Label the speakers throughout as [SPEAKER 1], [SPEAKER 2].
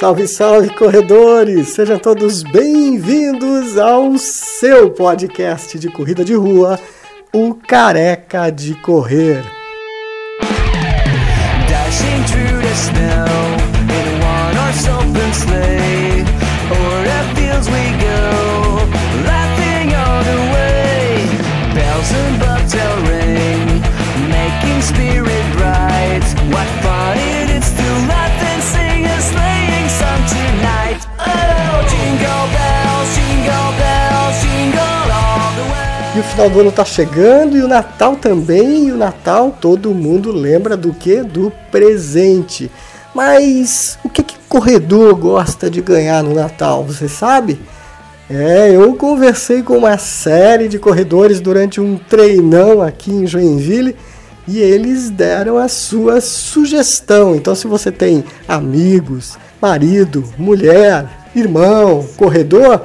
[SPEAKER 1] Salve, salve, corredores! Sejam todos bem-vindos ao seu podcast de corrida de rua, o Careca de Correr.
[SPEAKER 2] Dashing through the snow in a one-horse open sleigh. O'er the fields we go, laughing all the way. Bells and bobtail ring, making spirit bright. What fun it is to laugh and sing a sleighing song tonight. Oh, jingle bells, jingle bells, jingle all the way.
[SPEAKER 1] E o final do ano tá chegando e o Natal também, e o Natal todo mundo lembra do que? Do presente. Mas o que que corredor gosta de ganhar no Natal, você sabe? É, eu conversei com uma série de corredores durante um treinão aqui em Joinville e eles deram a sua sugestão. Então, se você tem amigos, marido, mulher, irmão, corredor,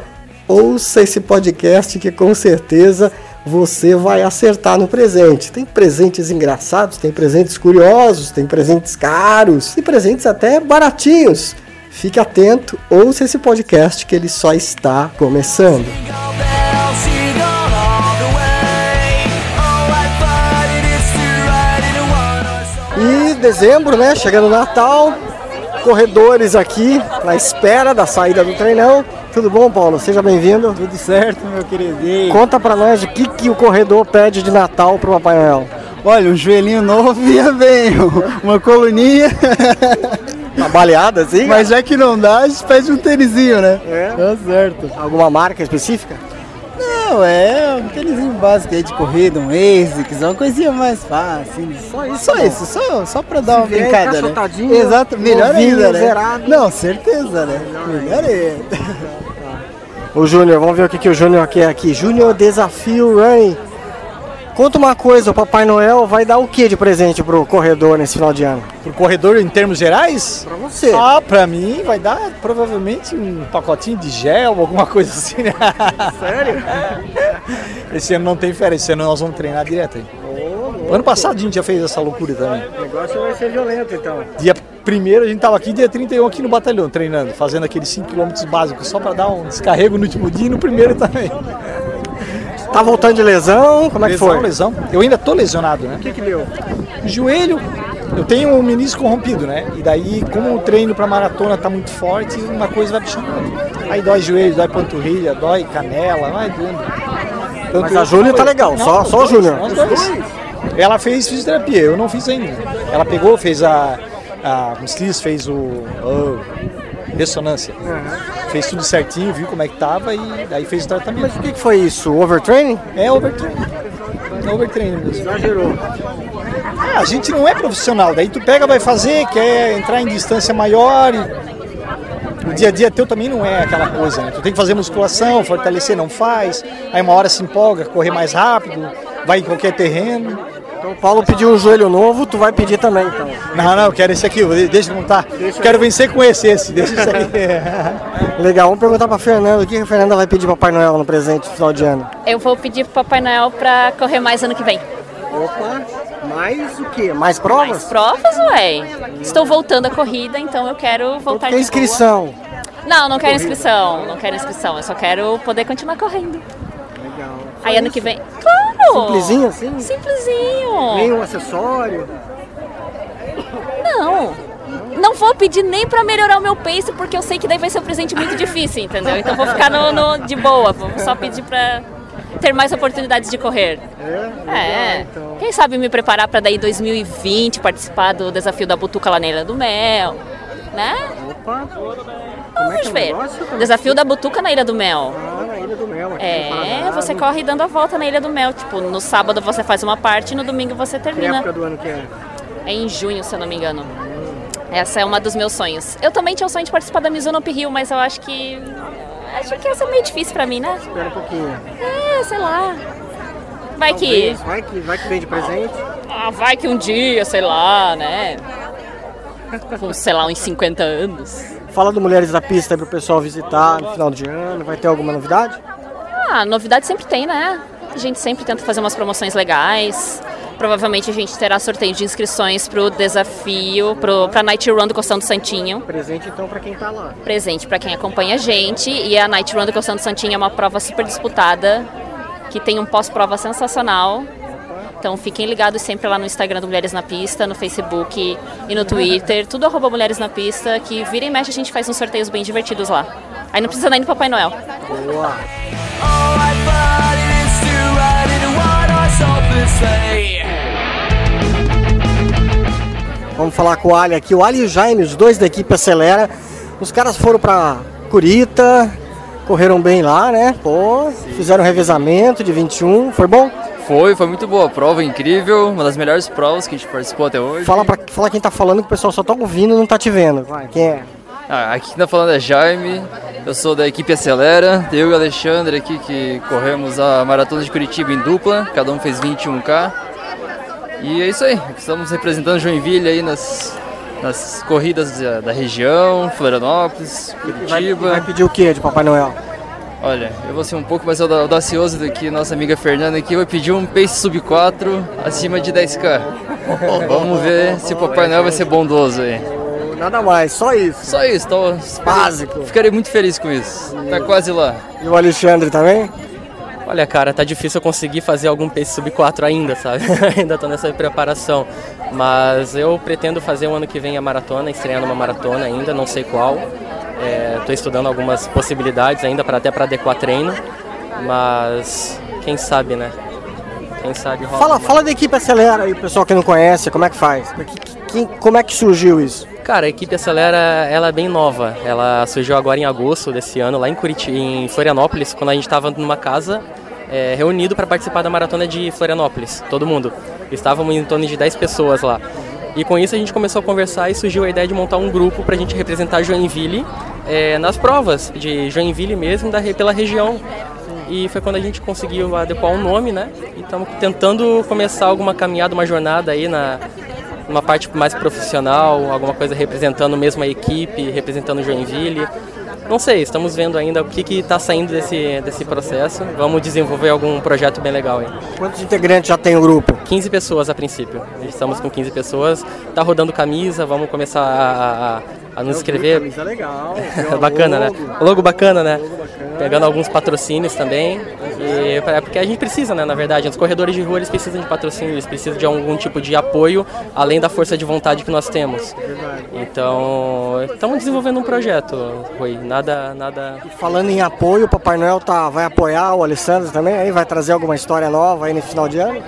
[SPEAKER 1] ouça esse podcast que com certeza você vai acertar no presente. Tem presentes engraçados, tem presentes curiosos, tem presentes caros e presentes até baratinhos. Fique atento, ouça esse podcast que ele só está começando.
[SPEAKER 2] Jingle bells, jingle all the way. Oh, what fun it is to ride in a one-horse open
[SPEAKER 1] E dezembro, né? Chegando o Natal, corredores aqui na espera da saída do treinão. Tudo bom, Paulo? Seja bem-vindo.
[SPEAKER 3] Tudo certo, meu querido.
[SPEAKER 1] Conta pra nós o que, que o corredor pede de Natal pro Papai Noel.
[SPEAKER 3] Olha, um joelhinho novo ia bem, uma coluninha,
[SPEAKER 1] Uma baleada, assim?
[SPEAKER 3] mas já que não dá, a gente pede um tênisinho, né?
[SPEAKER 1] É.
[SPEAKER 3] Tá certo.
[SPEAKER 1] Alguma marca específica?
[SPEAKER 3] Não, é um tênisinho básico aí de corrida, um ASICS, uma coisinha mais fácil. né?
[SPEAKER 1] Só isso,
[SPEAKER 3] Só
[SPEAKER 1] pô.
[SPEAKER 3] isso, só, só pra dar uma
[SPEAKER 1] vier
[SPEAKER 3] brincada,
[SPEAKER 1] encaixotadinho,
[SPEAKER 3] né? Exato, melhor
[SPEAKER 1] novinho,
[SPEAKER 3] ainda, né?
[SPEAKER 1] zerado.
[SPEAKER 3] Não, certeza, né? Melhor ainda.
[SPEAKER 1] O Júnior, vamos ver o que, que o Júnior quer aqui. Júnior Desafio Running. Conta uma coisa, o Papai Noel vai dar o que de presente pro corredor nesse final de ano?
[SPEAKER 4] Pro corredor em termos gerais?
[SPEAKER 1] Pra você.
[SPEAKER 4] Ah, pra mim vai dar provavelmente um pacotinho de gel, alguma coisa assim, né? Sério? Esse ano não tem férias, esse ano nós vamos treinar direto. Hein? Ano passado a gente já fez essa loucura também.
[SPEAKER 1] O negócio vai ser violento então.
[SPEAKER 4] Dia 1 a gente tava aqui, dia 31 aqui no batalhão treinando, fazendo aqueles 5 km básicos só pra dar um descarrego no último dia e no primeiro também.
[SPEAKER 1] Tá voltando de lesão? Como é que
[SPEAKER 4] lesão,
[SPEAKER 1] foi?
[SPEAKER 4] lesão. Eu ainda tô lesionado, né?
[SPEAKER 1] que, que deu?
[SPEAKER 4] joelho, eu tenho um menisco rompido, né? E daí, como o treino pra maratona tá muito forte, uma coisa vai puxando. Aí dói joelho, dói panturrilha, dói canela, vai doendo. Tanto
[SPEAKER 1] Mas a
[SPEAKER 4] eu-
[SPEAKER 1] Júnior tá legal, só-
[SPEAKER 4] os
[SPEAKER 1] só a
[SPEAKER 4] dois,
[SPEAKER 1] Júnior.
[SPEAKER 4] nós dois. Ela fez fisioterapia, eu não fiz ainda. Ela pegou, fez a. A Muslis fez o. o- ressonância. Fez tudo certinho, viu como é que tava e daí fez o tratamento.
[SPEAKER 1] Mas o que, que foi isso? Overtraining?
[SPEAKER 4] É overtraining. É overtraining mesmo. Exagerou. Ah, a gente não é profissional, daí tu pega, vai fazer, quer entrar em distância maior. E... O dia a dia teu também não é aquela coisa, né? Tu tem que fazer musculação, fortalecer, não faz. Aí uma hora se empolga, correr mais rápido, vai em qualquer terreno.
[SPEAKER 1] Então o Paulo pediu um joelho novo, tu vai pedir também então.
[SPEAKER 4] Não, não, eu quero esse aqui, eu- deixa eu montar. Quero vencer com esse, esse, deixa isso aqui.
[SPEAKER 1] Legal, vamos perguntar pra Fernanda o que que a Fernanda vai pedir pro Papai Noel no presente no final de ano.
[SPEAKER 5] Eu vou pedir pro Papai Noel pra correr mais ano que vem.
[SPEAKER 1] Opa, mais o quê? Mais provas?
[SPEAKER 5] As provas, ué. Estou voltando à corrida, então eu quero voltar
[SPEAKER 1] Tem
[SPEAKER 5] de boa.
[SPEAKER 1] inscrição.
[SPEAKER 5] Não, não quero inscrição. Não quero inscrição. Eu só quero poder continuar correndo.
[SPEAKER 1] Legal.
[SPEAKER 5] Aí ano que vem. Claro!
[SPEAKER 1] Simplesinho assim?
[SPEAKER 5] Simplesinho.
[SPEAKER 1] Nenhum acessório.
[SPEAKER 5] Não. Não vou pedir nem pra melhorar o meu pace, porque eu sei que daí vai ser um presente muito difícil, entendeu? Então vou ficar no, no- de boa. Vou só pedir pra ter mais oportunidades de correr. É. Quem sabe me preparar pra daí 2020 participar do desafio da Butuca lá na Ilha do Mel, né?
[SPEAKER 1] Opa, é um
[SPEAKER 5] Vamos ver. Desafio da Butuca na Ilha do Mel.
[SPEAKER 1] lá Tá na Ilha do Mel. aqui no
[SPEAKER 5] É,
[SPEAKER 1] Paraná,
[SPEAKER 5] você corre dando a volta na Ilha do Mel. Tipo, no sábado você faz uma parte e no domingo você
[SPEAKER 1] Que
[SPEAKER 5] termina.
[SPEAKER 1] época do ano que é?
[SPEAKER 5] É em junho, se eu não me engano. Essa é uma dos meus sonhos. Eu também tinha o sonho de participar da Mizuno Up Hill, mas eu acho que. Acho que ia ser meio difícil pra mim, né?
[SPEAKER 1] Espera um pouquinho.
[SPEAKER 5] É, sei lá. Vai que.
[SPEAKER 1] Talvez, Vai que, vai que vem de presente.
[SPEAKER 5] Ah, vai que um dia, sei lá, né? Com, sei lá, uns 50 anos.
[SPEAKER 1] Fala do Mulheres da Pista para o pessoal visitar no final de ano. Vai ter alguma novidade?
[SPEAKER 5] Ah, novidade sempre tem, né? A gente sempre tenta fazer umas promoções legais. Provavelmente a gente terá sorteio de inscrições pro desafio, pro, pra Night Run do Costão do Santinho.
[SPEAKER 1] Presente então pra quem tá lá.
[SPEAKER 5] Presente pra quem acompanha a gente. E a Night Run do Costão do Santinho é uma prova super disputada, que tem um pós-prova sensacional. Então fiquem ligados sempre lá no Instagram do Mulheres na Pista, no Facebook e no Twitter, tudo arroba Mulheres na Pista, que vira e mexe a gente faz uns sorteios bem divertidos lá. Aí não precisa nem do Papai Noel.
[SPEAKER 2] All I thought it is to write in what I saw and say.
[SPEAKER 1] Vamos falar com o Ali aqui. O Ali e o Jaime, os dois da equipe Acelera. Os caras foram pra Curita, correram bem lá, né? Pô, fizeram um revezamento de 21. Foi bom?
[SPEAKER 6] Foi, foi muito boa. a Prova é incrível, uma das melhores provas que a gente participou até hoje.
[SPEAKER 1] Fala, pra, fala quem tá falando que o pessoal só tá ouvindo e não tá te vendo. Vai, quem é?
[SPEAKER 6] Ah, aqui quem tá falando é Jaime, eu sou da equipe Acelera, eu e o Alexandre aqui que corremos a Maratona de Curitiba em dupla, cada um fez 21K. E é isso aí, estamos representando Joinville aí nas, nas corridas da, da região, Florianópolis,
[SPEAKER 1] Vai
[SPEAKER 6] Curitiba.
[SPEAKER 1] pedir o quê de Papai Noel?
[SPEAKER 6] Olha, eu vou ser um pouco mais auda- audacioso do que nossa amiga Fernanda aqui, vai pedir um pace sub 4 acima de 10K.
[SPEAKER 1] É.
[SPEAKER 6] Vamos ver se o Papai Noel vai ser bondoso aí.
[SPEAKER 1] Nada mais, só isso.
[SPEAKER 6] Só isso, tô...
[SPEAKER 1] Básico.
[SPEAKER 6] Ficarei muito feliz com isso. Tá quase lá.
[SPEAKER 1] E o Alexandre também?
[SPEAKER 7] Olha, cara, tá difícil eu conseguir fazer algum pace sub 4 ainda, sabe? ainda tô nessa preparação. Mas eu pretendo fazer o ano que vem a maratona, estrear numa maratona ainda, não sei qual. É, tô estudando algumas possibilidades ainda, pra, até para adequar treino. Mas quem sabe, né? Quem sabe rola.
[SPEAKER 1] Fala,
[SPEAKER 7] uma-
[SPEAKER 1] fala da equipe Acelera aí, pessoal que não conhece, como é que faz? Que- que- como é que surgiu isso?
[SPEAKER 7] Cara, a equipe Acelera, ela é bem nova. Ela surgiu agora em agosto desse ano, lá em Curiti em Florianópolis, quando a gente estava numa casa é, reunido para participar da maratona de Florianópolis, todo mundo. Estávamos em torno de 10 pessoas lá. E com isso a gente começou a conversar e surgiu a ideia de montar um grupo para a gente representar Joinville é, nas provas de Joinville mesmo, da, re- pela região. E foi quando a gente conseguiu adequar o nome, né? E estamos tentando começar alguma caminhada, uma jornada aí na, uma parte mais profissional, alguma coisa representando mesmo a equipe, representando Joinville. Não sei, estamos vendo ainda o que está saindo desse, desse processo. Vamos desenvolver algum projeto bem legal aí.
[SPEAKER 1] Quantos integrantes já tem o grupo?
[SPEAKER 7] 15 pessoas a princípio. Estamos com 15 pessoas. Tá rodando camisa, vamos começar a, a- a nos inscrever.
[SPEAKER 1] Camisa legal.
[SPEAKER 7] bacana, né? Logo bacana, né? Pegando alguns patrocínios também. E é porque a gente precisa, né? Na verdade, os corredores de rua eles precisam de patrocínio, eles precisam de algum tipo de apoio, além da força de vontade que nós temos. Então, estamos desenvolvendo um projeto, Rui. Nada, nada.
[SPEAKER 1] Falando em apoio, o Papai Noel tá, vai apoiar o Alessandro também, aí vai trazer alguma história nova aí no final de ano?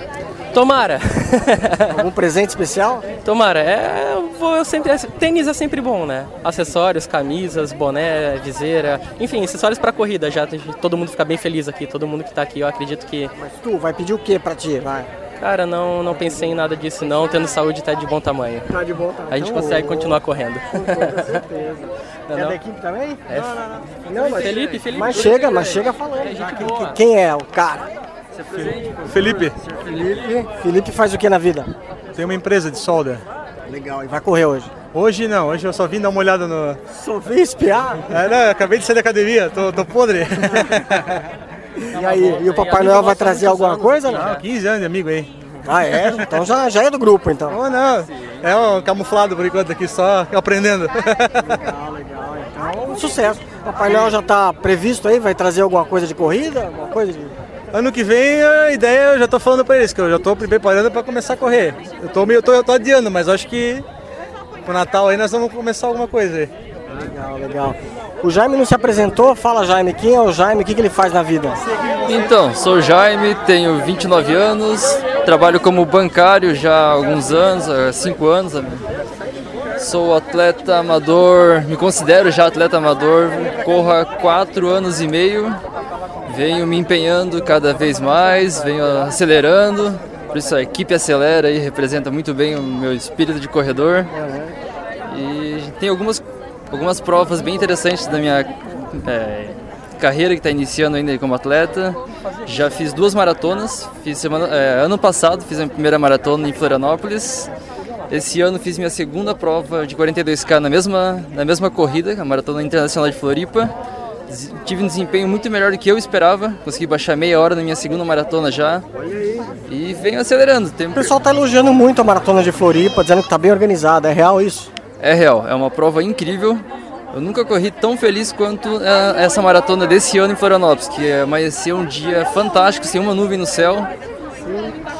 [SPEAKER 7] Tomara!
[SPEAKER 1] Algum presente especial?
[SPEAKER 7] Tomara, é, eu vou, eu sempre, tênis é sempre bom, né? Acessórios, camisas, boné, viseira, enfim, acessórios pra corrida já, todo mundo fica bem feliz aqui, todo mundo que tá aqui, eu acredito que,
[SPEAKER 1] Mas tu vai pedir o que pra ti? Vai.
[SPEAKER 7] cara, não, não pensei em nada disso não, tendo saúde tá de bom tamanho.
[SPEAKER 1] Tá de bom, tá.
[SPEAKER 7] A gente consegue continuar correndo. Não,
[SPEAKER 1] É da
[SPEAKER 7] não?
[SPEAKER 1] equipe também?
[SPEAKER 7] É.
[SPEAKER 1] Não, mas,
[SPEAKER 7] Felipe, Felipe.
[SPEAKER 1] mas chega, mas chega falando. já. Quem,
[SPEAKER 7] boa.
[SPEAKER 1] quem é o cara?
[SPEAKER 8] Felipe,
[SPEAKER 7] é
[SPEAKER 1] Felipe. Felipe faz o que na vida?
[SPEAKER 8] tem uma empresa de solda.
[SPEAKER 1] Legal,
[SPEAKER 7] Tá
[SPEAKER 1] e vai correr hoje.
[SPEAKER 8] Hoje não, hoje eu só vim dar uma olhada no.
[SPEAKER 1] Só vim espiar?
[SPEAKER 8] Ah, não, eu acabei de sair da academia, tô, tô podre.
[SPEAKER 1] E aí, e o Papai Noel vai trazer alguma coisa? Não?
[SPEAKER 8] Ah, 15 anos de amigo aí.
[SPEAKER 1] Ah, é? Então já, já é do grupo, então.
[SPEAKER 8] Oh, não, é um camuflado por enquanto aqui, só aprendendo.
[SPEAKER 1] Um sucesso. Papai Noel já tá previsto aí? Vai trazer alguma coisa de corrida? Alguma coisa de...
[SPEAKER 8] ano que vem a ideia eu já tô falando pra eles, que eu já tô me preparando pra começar a correr. Eu tô, meio- eu tô, eu tô adiando, mas eu acho que pro Natal aí nós vamos começar alguma coisa aí.
[SPEAKER 1] Legal, legal. O Jaime não se apresentou. Fala, Jaime. Quem é o Jaime? O que, que ele faz na vida?
[SPEAKER 6] Então, sou o Jaime, tenho 29 anos, trabalho como bancário já há alguns anos, há 5 anos. né? Sou atleta amador, me considero já atleta amador, corro há 4 anos e meio, venho me empenhando cada vez mais, venho acelerando, por isso a equipe acelera e representa muito bem o meu espírito de corredor. E tem algumas, algumas provas bem interessantes da minha é, carreira que está iniciando ainda como atleta. Já fiz duas maratonas. Fiz semana, é, ano passado fiz a minha primeira maratona em Florianópolis. Esse ano fiz minha segunda prova de 42K na mesma, na mesma corrida, a Maratona Internacional de Floripa. des- tive um desempenho muito melhor do que eu esperava. Consegui baixar meia hora na minha segunda maratona já. E venho acelerando. Tem-
[SPEAKER 1] O pessoal tá elogiando muito a maratona de Floripa, dizendo que tá bem organizada. É real isso?
[SPEAKER 6] É real, é uma prova incrível. Eu nunca corri tão feliz quanto eh, essa maratona desse ano em Florianópolis, que amanheceu um dia fantástico, sem uma nuvem no céu.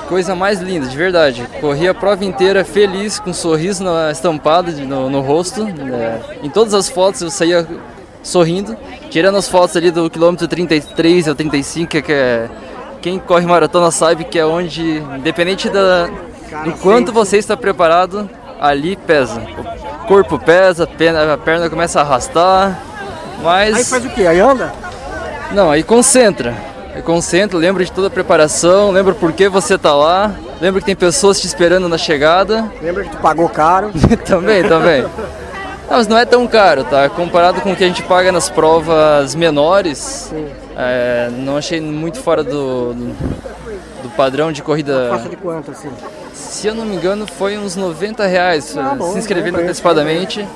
[SPEAKER 6] Coisa mais linda, de verdade. Corri a prova inteira feliz, com um sorriso na- estampado de- no, no rosto. né? Em todas as fotos eu saía sorrindo, tirando as fotos ali do quilômetro 33 ao 35, que é- que é. Quem corre maratona sabe que é onde, independente da, do quanto você está preparado, ali pesa. O corpo pesa, a perna, a perna começa a arrastar, mas.
[SPEAKER 1] Aí faz o quê? Aí anda?
[SPEAKER 6] Não, aí concentra. Aí concentra, lembra de toda a preparação, lembra por que você tá lá, lembra que tem pessoas te esperando na chegada.
[SPEAKER 1] Lembra que tu pagou caro?
[SPEAKER 6] também, também. Não, mas não é tão caro, tá? Comparado com o que a gente paga nas provas menores, é, não achei muito fora do, do, do padrão de corrida.
[SPEAKER 1] Passa de quanto, assim?
[SPEAKER 6] Se eu não me engano, foi uns 90 reais eh,
[SPEAKER 1] Ah, bom,
[SPEAKER 6] se inscrevendo
[SPEAKER 1] bom preço.
[SPEAKER 6] antecipadamente.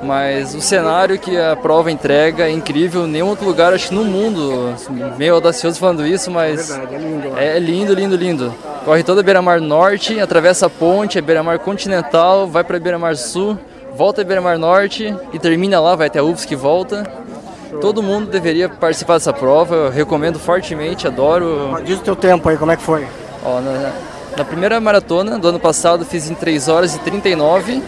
[SPEAKER 6] Mas o cenário que a prova entrega é incrível. Nenhum outro lugar, acho que no mundo, meio audacioso falando isso, mas é lindo, lindo, lindo. Corre toda a Beira-Mar Norte, atravessa a ponte, é Beira-Mar Continental, vai para Beira-Mar Sul, volta a Beira-Mar Norte e termina lá, vai até a UFSC e volta. Todo mundo deveria participar dessa prova, eu recomendo fortemente, adoro.
[SPEAKER 1] Diz o teu tempo aí, como é que foi?
[SPEAKER 6] Ó, na, na primeira maratona do ano passado fiz em 3 horas e 39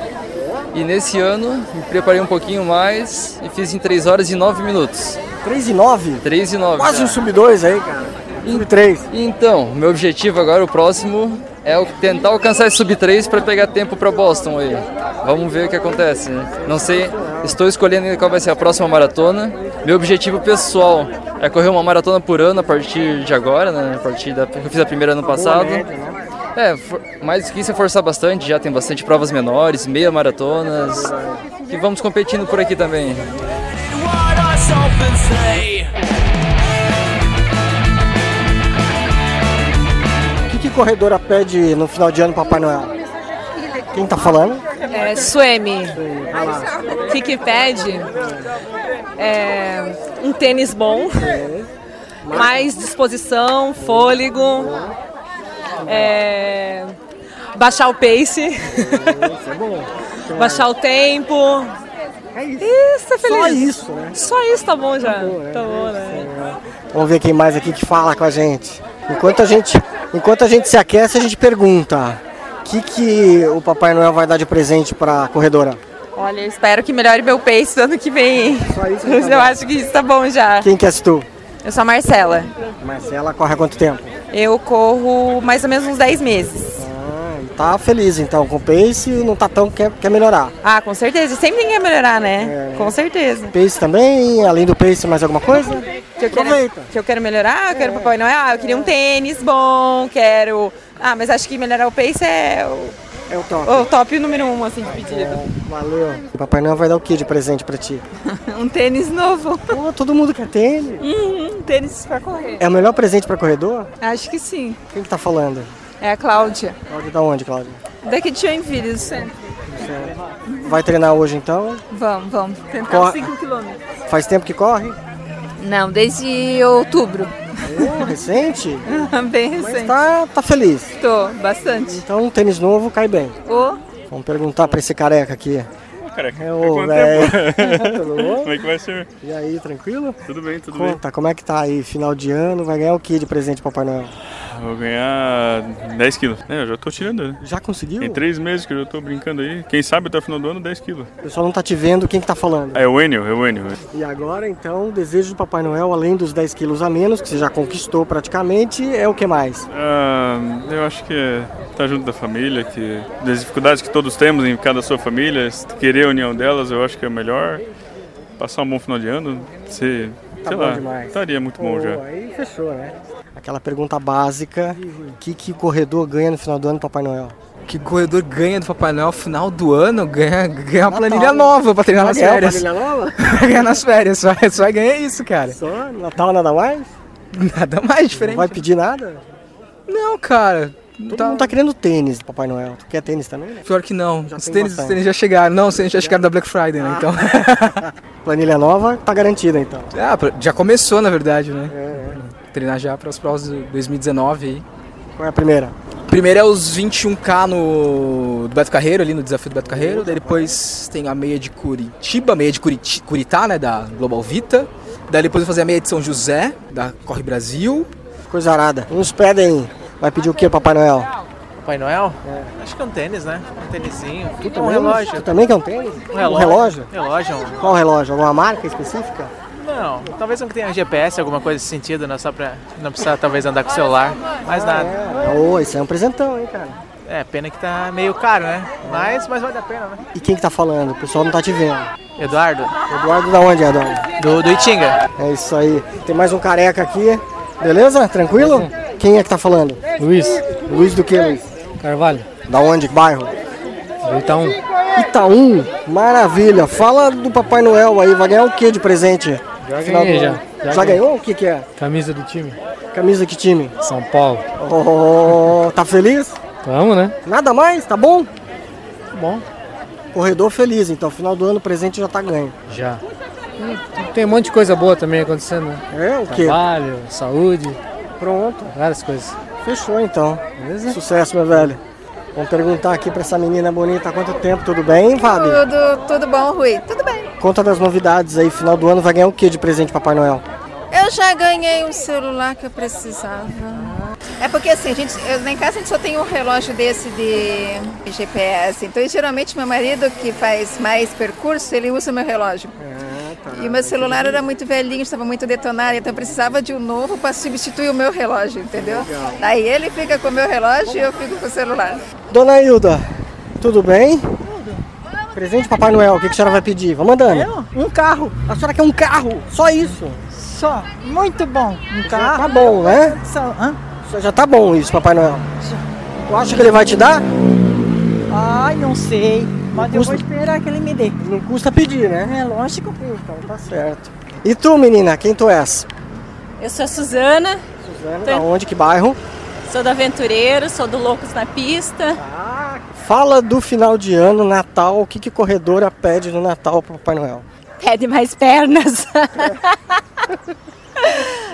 [SPEAKER 6] e nesse ano me preparei um pouquinho mais e fiz em 3 horas e 9 minutos.
[SPEAKER 1] 3 e 9?
[SPEAKER 6] 3 e 9.
[SPEAKER 1] Quase
[SPEAKER 6] né?
[SPEAKER 1] um sub-2 aí, cara. Sub-3.
[SPEAKER 6] Então, meu objetivo agora, o próximo, é o- tentar alcançar esse sub 3 para pegar tempo para Boston aí. Vamos ver o que acontece. né? Não sei, estou escolhendo ainda qual vai ser a próxima maratona. Meu objetivo pessoal é correr uma maratona por ano a partir de agora, né? A partir da eu fiz a primeira ano passado.
[SPEAKER 9] né?
[SPEAKER 6] É, for- mais que isso é forçar bastante, já tem bastante provas menores, meia maratonas. E vamos competindo por aqui também.
[SPEAKER 2] What ourself and say.
[SPEAKER 1] O que, que corredora pede no final de ano Papai Noel? Quem tá falando?
[SPEAKER 10] É, Suemi. O que que pede? É, um tênis bom, mais disposição, fôlego, é, baixar o pace, baixar o tempo. Isso, é feliz.
[SPEAKER 1] Só isso, né?
[SPEAKER 10] Só isso tá bom já. Tá bom, né?
[SPEAKER 1] Vamos ver quem mais aqui que fala com a gente. Enquanto a gente, enquanto a gente se aquece, a gente pergunta. O que, que o Papai Noel vai dar de presente pra corredora?
[SPEAKER 11] Olha, eu espero que melhore meu pace do ano que vem. eu acho que isso tá bom já.
[SPEAKER 1] Quem que és tu?
[SPEAKER 11] Eu sou a Marcela.
[SPEAKER 1] Marcela corre há quanto tempo?
[SPEAKER 11] Eu corro mais ou menos uns 10 meses.
[SPEAKER 1] Tá feliz então com o pace não tá tão quer, quer melhorar.
[SPEAKER 11] Ah, com certeza. Sempre tem que melhorar,
[SPEAKER 1] É.
[SPEAKER 11] né? Com certeza.
[SPEAKER 1] Pace também, além do pace mais alguma coisa?
[SPEAKER 11] Que eu quero,
[SPEAKER 1] Aproveita. É.
[SPEAKER 11] que eu quero melhorar, eu quero Papai Noel. Ah, eu queria um tênis bom, quero. Ah, mas acho que melhorar o pace é o,
[SPEAKER 1] É o top. É,
[SPEAKER 11] o top número um, assim, de pedido.
[SPEAKER 1] Valeu. E Papai Noel vai dar o que de presente pra ti?
[SPEAKER 11] Um tênis novo.
[SPEAKER 1] Pô, todo mundo quer tênis.
[SPEAKER 11] Um tênis pra correr.
[SPEAKER 1] É o melhor presente pra corredor?
[SPEAKER 11] Acho que sim.
[SPEAKER 1] Quem que tá falando?
[SPEAKER 11] É a Cláudia.
[SPEAKER 1] Cláudia da onde, Cláudia?
[SPEAKER 11] Daqui de Joinville, do centro.
[SPEAKER 1] Vai treinar hoje então?
[SPEAKER 11] Vamos, vamos. Tentar
[SPEAKER 1] Corre.
[SPEAKER 11] 5 quilômetros.
[SPEAKER 1] Faz tempo que corre?
[SPEAKER 11] Não, desde outubro.
[SPEAKER 1] Pô, recente?
[SPEAKER 11] Ah, Bem
[SPEAKER 1] Mas
[SPEAKER 11] recente.
[SPEAKER 1] tá, tá feliz.
[SPEAKER 11] Tô, bastante.
[SPEAKER 1] Então um tênis novo cai bem.
[SPEAKER 11] Ô,
[SPEAKER 1] Vamos perguntar pra esse careca aqui.
[SPEAKER 12] Careca,
[SPEAKER 1] É o
[SPEAKER 12] quanto
[SPEAKER 1] velho. Tudo bom?
[SPEAKER 12] como é que vai ser?
[SPEAKER 1] E aí, tranquilo?
[SPEAKER 12] Tudo bem, tudo bem.
[SPEAKER 1] Conta, como é que tá aí? Final de ano, vai ganhar o que de presente Papai Noel?
[SPEAKER 12] Vou ganhar 10 quilos. É, eu já tô tirando, né?
[SPEAKER 1] Já conseguiu?
[SPEAKER 12] Tem 3 meses que eu já tô brincando aí. Quem sabe até o final do ano, 10 quilos.
[SPEAKER 1] O pessoal não tá te vendo, quem que tá falando?
[SPEAKER 12] É o Enio, é o Enio.
[SPEAKER 1] E agora, então, o desejo do Papai Noel, além dos 10 quilos a menos, que você já conquistou praticamente, é o que mais?
[SPEAKER 12] Ah, eu acho que é tá junto da família, que das dificuldades que todos temos em cada sua família, se querer a união delas, eu acho que é melhor. Passar um bom final de ano, se,
[SPEAKER 1] Tá
[SPEAKER 12] sei
[SPEAKER 1] bom
[SPEAKER 12] lá,
[SPEAKER 1] demais.
[SPEAKER 12] estaria muito bom
[SPEAKER 1] Pô,
[SPEAKER 12] já.
[SPEAKER 1] Aí fechou, né? Aquela pergunta básica, o que, que o corredor ganha no final do ano do Papai Noel?
[SPEAKER 13] Que corredor ganha do Papai Noel final do ano? Ganha, ganha uma
[SPEAKER 1] Natal.
[SPEAKER 13] planilha nova pra treinar
[SPEAKER 1] Vai
[SPEAKER 13] nas
[SPEAKER 1] ganhar uma
[SPEAKER 13] férias.
[SPEAKER 1] planilha nova?
[SPEAKER 13] Vai ganhar nas férias, só, só vai ganhar isso, cara.
[SPEAKER 1] Só? Natal nada mais?
[SPEAKER 13] Nada mais diferente. né?
[SPEAKER 1] Não vai pedir nada?
[SPEAKER 13] Não, cara.
[SPEAKER 1] Todo
[SPEAKER 13] Tá-
[SPEAKER 1] mundo tá querendo tênis do Papai Noel. Tu quer tênis também?
[SPEAKER 13] Pior que não. Os
[SPEAKER 1] tem
[SPEAKER 13] tênis, os
[SPEAKER 1] bastante. Ah.
[SPEAKER 13] tênis já chegaram. Não, os tênis já chegaram da Black Friday, né? Então.
[SPEAKER 1] Planilha nova tá garantida então.
[SPEAKER 3] Ah, pra- já começou, na verdade, né? Treinar já para as provas de 2019 aí.
[SPEAKER 1] Qual é a primeira?
[SPEAKER 3] Primeiro é os 21K no do Beto Carreiro, ali no desafio do Beto Carreiro. Daí depois tem a meia de Curitiba, a meia de Curiti, Curitá, né, da Global Vita. Daí depois eu vou fazer a meia de São José, da Corre Brasil.
[SPEAKER 1] Coisa arada. Uns pedem. Vai pedir o que, Papai Noel?
[SPEAKER 14] Papai Noel? Acho que é um tênis, né? Um tênisinho.
[SPEAKER 1] Tu
[SPEAKER 14] um
[SPEAKER 1] também?
[SPEAKER 14] relógio.
[SPEAKER 1] Tu também quer um tênis?
[SPEAKER 14] Um relógio.
[SPEAKER 1] Um relógio?
[SPEAKER 14] Relógio, um-
[SPEAKER 1] Qual relógio? Alguma marca específica?
[SPEAKER 14] Não, talvez um que tenha GPS, alguma coisa nesse sentido, né? Só pra não precisar talvez andar com o celular. Mais nada.
[SPEAKER 1] Ô, isso é um presentão, hein, cara?
[SPEAKER 14] É, pena que tá meio caro, né? Mas, mas vale a pena, né?
[SPEAKER 1] E quem que tá falando? O pessoal não tá te vendo.
[SPEAKER 14] Eduardo?
[SPEAKER 1] Eduardo da onde, Eduardo?
[SPEAKER 14] Do, do Itinga.
[SPEAKER 1] É isso aí. Tem mais um careca aqui. Beleza? Tranquilo? Quem é que tá falando? Luiz. Luiz do que, Luiz? Carvalho. Da onde? Que bairro? Do Itaú. Itaú? Maravilha. Fala do Papai Noel aí. Vai ganhar o que de presente?
[SPEAKER 15] Já
[SPEAKER 1] Final do
[SPEAKER 15] ganhei, já.
[SPEAKER 1] ano? Já, ganhou? O que que é?
[SPEAKER 15] Camisa do time.
[SPEAKER 1] Camisa que time?
[SPEAKER 15] São Paulo.
[SPEAKER 1] Oh, tá feliz?
[SPEAKER 15] Vamos, né?
[SPEAKER 1] Nada mais? Tá bom? Bom. Corredor feliz, então. Final do ano o presente já tá ganho.
[SPEAKER 15] Já. Tem um monte de coisa boa também acontecendo, né?
[SPEAKER 1] É, o quê?
[SPEAKER 15] Trabalho, saúde.
[SPEAKER 1] Pronto.
[SPEAKER 15] Várias coisas.
[SPEAKER 1] Fechou então. Sucesso, meu velho. Vamos perguntar aqui pra essa menina bonita há quanto tempo, tudo bem, Fábio?
[SPEAKER 16] Tudo, tudo bom, Rui? Tudo bem.
[SPEAKER 1] Conta das novidades aí, final do ano vai ganhar o que de presente, Papai Noel?
[SPEAKER 16] Eu já ganhei um celular que eu precisava. É porque assim, a gente, eu, lá em casa a gente só tem um relógio desse de GPS. Então, e, geralmente, meu marido, que faz mais percurso, ele usa o meu relógio.
[SPEAKER 1] Ah, tá.
[SPEAKER 16] E o meu celular era muito velhinho, estava muito detonado, então eu precisava de um novo para substituir o meu relógio, entendeu?
[SPEAKER 1] Legal.
[SPEAKER 16] Daí ele fica com o meu relógio e eu fico com o celular.
[SPEAKER 1] Dona Hilda, tudo bem? Tudo. Presente, Papai Noel, o que que a senhora vai pedir? Vamos andando.
[SPEAKER 17] Um carro.
[SPEAKER 1] A senhora quer um carro? Só isso?
[SPEAKER 17] Só. Muito bom. Um carro.
[SPEAKER 1] Tá bom, né?
[SPEAKER 17] Só, hã?
[SPEAKER 1] Só Já tá bom isso, Papai Noel. Tu acha que ele vai te dar?
[SPEAKER 17] Ai, não sei. Mas eu vou esperar que ele me dê.
[SPEAKER 1] Não custa pedir, né?
[SPEAKER 17] É lógico.
[SPEAKER 1] Tá certo. E tu, menina, quem tu és?
[SPEAKER 18] Eu sou a Suzana,
[SPEAKER 1] Da onde, que bairro?
[SPEAKER 18] sou do Aventureiro, sou do Loucos na Pista.
[SPEAKER 1] Tá. Fala do final de ano, Natal, o que que corredora pede no Natal pro Papai Noel?
[SPEAKER 18] Pede mais pernas.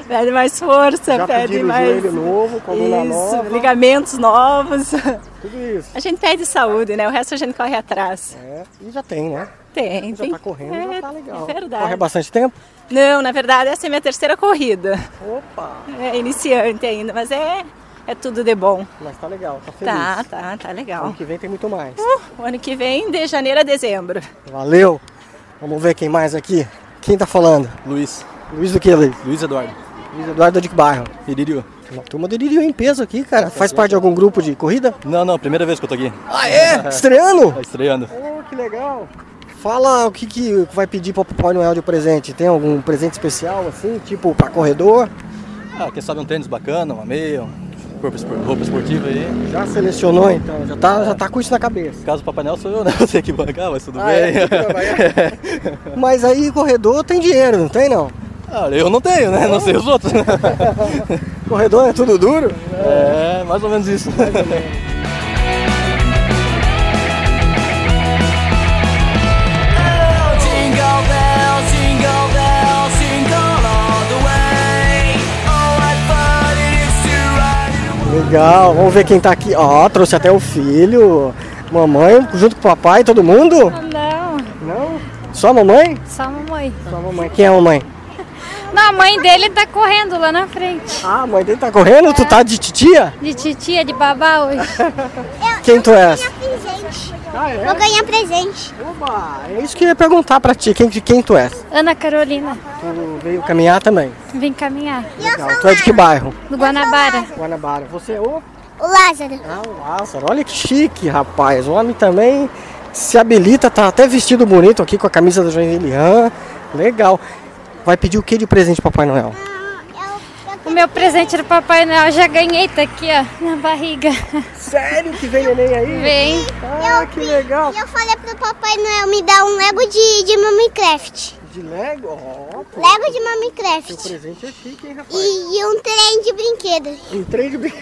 [SPEAKER 18] pede mais força,
[SPEAKER 1] Já
[SPEAKER 18] pede
[SPEAKER 1] pediram
[SPEAKER 18] mais.
[SPEAKER 1] joelho novo, coluna
[SPEAKER 18] isso,
[SPEAKER 1] nova.
[SPEAKER 18] ligamentos novos.
[SPEAKER 1] Tudo isso.
[SPEAKER 18] A gente pede saúde, né? O resto a gente corre atrás.
[SPEAKER 1] E já tem, né?
[SPEAKER 18] Tem,
[SPEAKER 1] Já
[SPEAKER 18] tem.
[SPEAKER 1] tá correndo,
[SPEAKER 18] é,
[SPEAKER 1] já tá legal.
[SPEAKER 18] É verdade.
[SPEAKER 1] Corre há bastante tempo?
[SPEAKER 18] Não, na verdade essa é a minha terceira corrida.
[SPEAKER 1] Opa!
[SPEAKER 18] É iniciante ainda, mas é, é tudo de bom.
[SPEAKER 1] Mas tá legal, tá feliz.
[SPEAKER 18] Tá, tá, tá legal.
[SPEAKER 1] Ano que vem tem muito mais.
[SPEAKER 18] O ano que vem, de janeiro a dezembro.
[SPEAKER 1] Valeu! Vamos ver quem mais aqui. Quem tá falando?
[SPEAKER 19] Luiz.
[SPEAKER 1] Luiz do que, Luiz?
[SPEAKER 19] Luiz Eduardo.
[SPEAKER 1] Luiz Eduardo é de que bairro?
[SPEAKER 19] Iririu.
[SPEAKER 1] Uma turma do Iririu em peso aqui, cara. Faz parte de algum grupo de corrida?
[SPEAKER 19] Não, não, primeira vez que eu tô aqui.
[SPEAKER 1] Ah, é? Estreando?
[SPEAKER 19] Tá estreando.
[SPEAKER 1] Oh, que legal! Fala o que, que vai pedir pro Papai Noel de presente. Tem algum presente especial, assim, tipo pra corredor?
[SPEAKER 19] Ah, quem sabe um tênis bacana, uma meia, um corpo espor- roupa esportiva aí. Ah,
[SPEAKER 1] Já selecionou, então? Já tá, já tá com isso na cabeça.
[SPEAKER 19] Caso o Papai Noel sou eu, né? Você que bancar, mas tudo
[SPEAKER 1] Ah,
[SPEAKER 19] bem.
[SPEAKER 1] é, tudo Mas aí corredor tem dinheiro, não tem não?
[SPEAKER 19] Ah, eu não tenho, né? Não sei os outros.
[SPEAKER 1] Corredor é tudo duro?
[SPEAKER 19] É, mais ou menos isso.
[SPEAKER 2] Jingle bells, jingle bells, jingle all the way. Oh, what fun it is to ride in a
[SPEAKER 1] Legal, vamos ver quem tá aqui. Ó, trouxe até o filho, mamãe, junto com o papai, todo mundo?
[SPEAKER 20] Não.
[SPEAKER 1] Não? Só a mamãe?
[SPEAKER 20] Só a mamãe. Só a mamãe.
[SPEAKER 1] Quem é a mamãe?
[SPEAKER 20] Não, a mãe dele tá correndo lá na frente.
[SPEAKER 1] Ah, a mãe dele tá correndo? Tu tá de titia?
[SPEAKER 20] De titia, de babá hoje.
[SPEAKER 1] Quem tu és?
[SPEAKER 20] presente.
[SPEAKER 1] Ah,
[SPEAKER 20] Vou ganhar presente.
[SPEAKER 1] É isso que eu ia perguntar pra ti, quem, de quem tu és?
[SPEAKER 20] Ana Carolina,
[SPEAKER 1] Tu veio caminhar também.
[SPEAKER 20] vem caminhar.
[SPEAKER 1] Legal. Tu é de que bairro?
[SPEAKER 20] Do Guanabara.
[SPEAKER 1] Guanabara. Você é o?
[SPEAKER 20] O Lázaro.
[SPEAKER 1] Ah, o Lázaro. Olha que chique, rapaz. O homem também se habilita, tá até vestido bonito aqui com a camisa da Joinville. Rã. Legal. Vai pedir o que de presente, Papai Noel?
[SPEAKER 20] O meu presente do Papai Noel já ganhei, tá aqui, ó, na barriga.
[SPEAKER 1] Sério que vem neném aí?
[SPEAKER 20] Vem.
[SPEAKER 1] Ah, que legal.
[SPEAKER 21] Eu falei pro Papai Noel me dar um Lego de, de Minecraft.
[SPEAKER 1] De Lego? Ó, pô.
[SPEAKER 21] Lego de Minecraft.
[SPEAKER 1] Seu presente é chique, hein, rapaz?
[SPEAKER 21] E, e um trem de brinquedo.
[SPEAKER 1] Um trem de brin-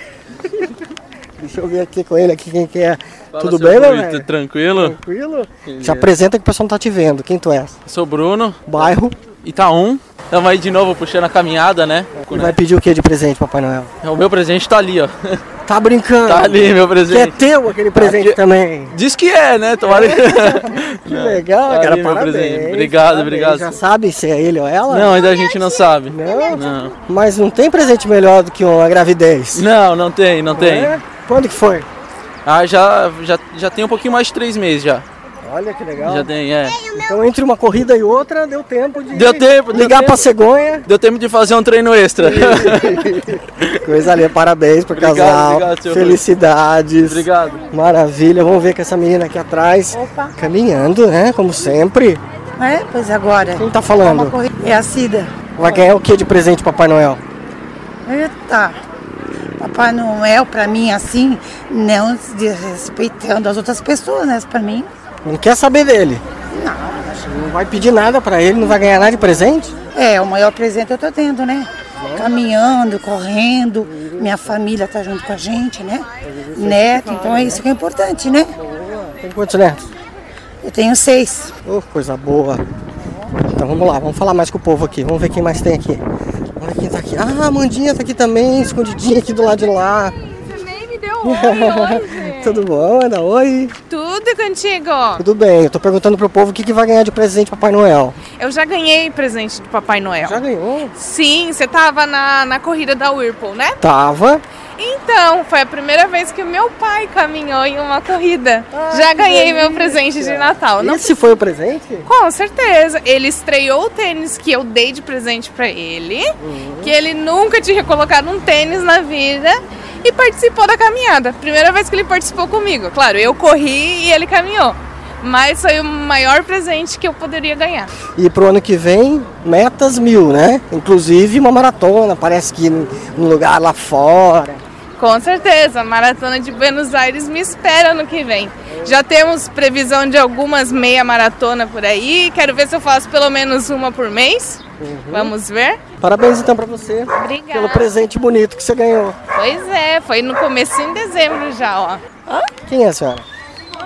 [SPEAKER 1] Deixa eu ver aqui com ele aqui quem que é.
[SPEAKER 19] Fala,
[SPEAKER 1] Tudo
[SPEAKER 19] seu
[SPEAKER 1] bem, meu
[SPEAKER 19] Vitor,
[SPEAKER 1] velho?
[SPEAKER 19] Tranquilo?
[SPEAKER 1] Tranquilo? Te
[SPEAKER 19] Beleza.
[SPEAKER 1] apresenta que o pessoal não tá te vendo. Quem tu és?
[SPEAKER 19] Sou Bruno.
[SPEAKER 1] Bairro.
[SPEAKER 19] Itaum. Tamo aí de novo puxando a caminhada, né?
[SPEAKER 1] E vai pedir o que de presente, Papai Noel?
[SPEAKER 19] O meu presente tá ali, ó.
[SPEAKER 1] Tá brincando?
[SPEAKER 19] Tá ali, meu presente.
[SPEAKER 1] Que é teu aquele presente também.
[SPEAKER 19] Diz que é, né? Tomara que.
[SPEAKER 1] Que legal,
[SPEAKER 19] tá
[SPEAKER 1] cara.
[SPEAKER 19] ali meu
[SPEAKER 1] parabéns.
[SPEAKER 19] presente. Obrigado,
[SPEAKER 1] Parabéns.
[SPEAKER 19] obrigado.
[SPEAKER 1] Já sabe se é ele ou ela?
[SPEAKER 19] Não, ainda a gente não sabe.
[SPEAKER 1] Não?
[SPEAKER 19] Não,
[SPEAKER 1] Mas não tem presente melhor do que uma gravidez.
[SPEAKER 19] não, não tem, não tem.
[SPEAKER 1] É? Quando que foi?
[SPEAKER 19] Ah, já, já, já tem um pouquinho mais de três meses já.
[SPEAKER 1] Olha que legal.
[SPEAKER 19] Já tem, é.
[SPEAKER 1] Então entre uma corrida e outra, deu tempo de
[SPEAKER 19] Deu tempo, deu
[SPEAKER 1] ligar
[SPEAKER 19] tempo.
[SPEAKER 1] pra cegonha.
[SPEAKER 19] Deu tempo de fazer um treino extra.
[SPEAKER 1] Coisa linda, parabéns pro
[SPEAKER 19] Obrigado,
[SPEAKER 1] casal.
[SPEAKER 19] obrigado, senhor.
[SPEAKER 1] Felicidades.
[SPEAKER 19] Obrigado.
[SPEAKER 1] Maravilha. Vamos ver com essa menina aqui atrás. Caminhando, né? Como sempre.
[SPEAKER 22] É, pois agora.
[SPEAKER 1] Quem tá falando?
[SPEAKER 22] É a Cida.
[SPEAKER 1] Vai ganhar o que de presente, Papai Noel?
[SPEAKER 22] Eita. Papai Noel, pra mim, assim, não desrespeitando as outras pessoas, né? Pra mim,
[SPEAKER 1] Não quer saber dele. Não. Não vai pedir nada pra ele, não vai ganhar nada de presente?
[SPEAKER 22] é o maior presente que eu tô tendo, né? Caminhando, correndo, minha família tá junto com a gente, né? Neto, então é isso que é importante, né?
[SPEAKER 1] Tem quantos netos?
[SPEAKER 22] Eu tenho seis.
[SPEAKER 1] Oh, coisa boa. Então vamos lá, vamos falar mais com o povo aqui. Vamos ver quem mais tem aqui. Olha quem tá aqui. Ah, a Mandinha tá aqui também, escondidinha aqui do lado de lá.
[SPEAKER 23] Também me
[SPEAKER 22] um
[SPEAKER 23] deu oi hoje.
[SPEAKER 1] Tudo bom, Ana? Oi.
[SPEAKER 23] Tudo e contigo?
[SPEAKER 1] Tudo bem, eu tô perguntando pro povo o que, que vai ganhar de presente Papai Noel.
[SPEAKER 23] Eu já ganhei presente do Papai Noel. Já
[SPEAKER 1] ganhou?
[SPEAKER 23] Sim, você tava na, na corrida da Whirlpool, né?
[SPEAKER 1] Tava.
[SPEAKER 23] Então, foi a primeira vez que o meu pai caminhou em uma corrida. já ganhei meu presente de Natal. Não
[SPEAKER 1] Esse foi o presente?
[SPEAKER 23] Com certeza. Ele estreou o tênis que eu dei de presente pra ele,
[SPEAKER 1] Uhum.
[SPEAKER 23] que ele nunca tinha colocado um tênis na vida e participou da caminhada. Primeira vez que ele participou comigo. Claro, eu corri e ele caminhou. Mas foi o maior presente que eu poderia ganhar.
[SPEAKER 1] E pro ano que vem, metas mil, né? Inclusive uma maratona, parece que num lugar lá fora.
[SPEAKER 23] Com certeza, a maratona de Buenos Aires me espera ano que vem. Já temos previsão de algumas meia maratona por aí. Quero ver se eu faço pelo menos uma por mês. Vamos ver.
[SPEAKER 1] Uhum. Parabéns então pra você
[SPEAKER 23] Obrigada.
[SPEAKER 1] pelo presente bonito que você ganhou.
[SPEAKER 23] Pois é, foi no começo em dezembro já, ó.
[SPEAKER 1] Quem é a senhora?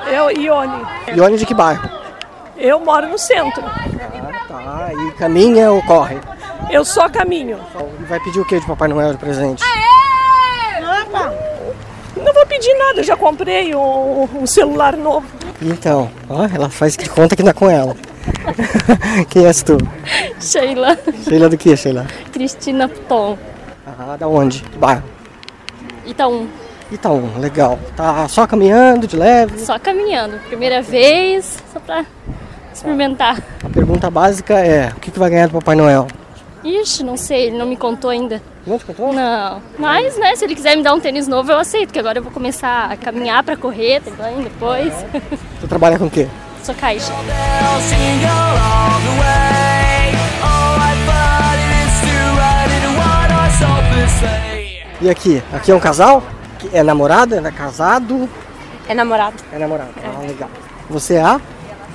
[SPEAKER 24] Eu, Ione.
[SPEAKER 1] Ione de que bairro?
[SPEAKER 24] Eu moro no centro.
[SPEAKER 1] Tá, e caminha ou corre?
[SPEAKER 24] Eu só caminho.
[SPEAKER 1] E vai pedir o que de Papai Noel de presente?
[SPEAKER 24] Não vou pedir nada, eu já comprei um, um celular novo.
[SPEAKER 1] Então, ó, ela faz de conta que não é com ela. Quem és tu?
[SPEAKER 25] Sheila.
[SPEAKER 1] Sheila do que, Sheila?
[SPEAKER 25] Cristina Tom.
[SPEAKER 1] Ah, da onde? Que bairro?
[SPEAKER 25] Itaú.
[SPEAKER 1] Então, legal. Tá só caminhando de leve.
[SPEAKER 25] Só caminhando. Primeira vez, só pra experimentar.
[SPEAKER 1] A pergunta básica é: o que, que vai ganhar do Papai Noel?
[SPEAKER 25] Ixi, não sei, ele não me contou ainda. Não te contou? Não. Mas, né, se ele quiser me dar um tênis novo, eu aceito, que agora eu vou começar a caminhar pra correr também depois.
[SPEAKER 1] Tu trabalha com o quê?
[SPEAKER 25] Sou caixa.
[SPEAKER 1] E aqui? Aqui é um casal? Que- É namorado? É casado?
[SPEAKER 9] É namorado. tá
[SPEAKER 1] É namorado. Ah, legal. Você é a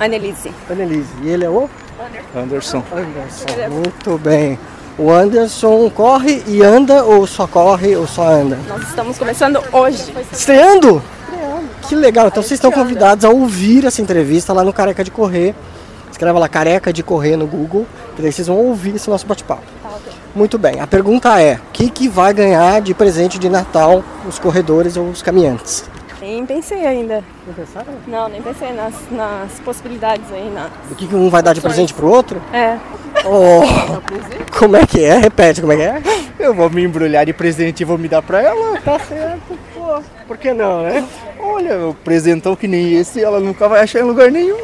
[SPEAKER 9] Annelise.
[SPEAKER 1] Annelise. E ele é o?
[SPEAKER 19] Anderson.
[SPEAKER 1] Anderson. Muito bem. O Anderson corre e anda ou só corre ou só anda?
[SPEAKER 9] Nós estamos começando hoje.
[SPEAKER 1] Estreando? Que legal. Então vocês estão convidados a ouvir essa entrevista lá no Careca de Correr. Escreva lá Careca de Correr no Google, que daí vocês vão ouvir esse nosso bate-papo.
[SPEAKER 9] Tá,
[SPEAKER 1] Muito bem. A pergunta é: o que, que vai ganhar de presente de Natal os corredores ou os caminhantes?
[SPEAKER 9] Nem pensei ainda. Não pensaram? Não, nem pensei nas, nas possibilidades aí, na...
[SPEAKER 1] O que, que um vai dar de presente pro outro?
[SPEAKER 9] É. um
[SPEAKER 1] Oh, como é que é? Repete, como é que é?
[SPEAKER 3] Eu vou me embrulhar de presente e vou me dar pra
[SPEAKER 1] Ah,
[SPEAKER 3] ela. Tá certo, pô. Por que não, né? Olha, o presentão que nem esse, ela nunca vai achar em lugar nenhum.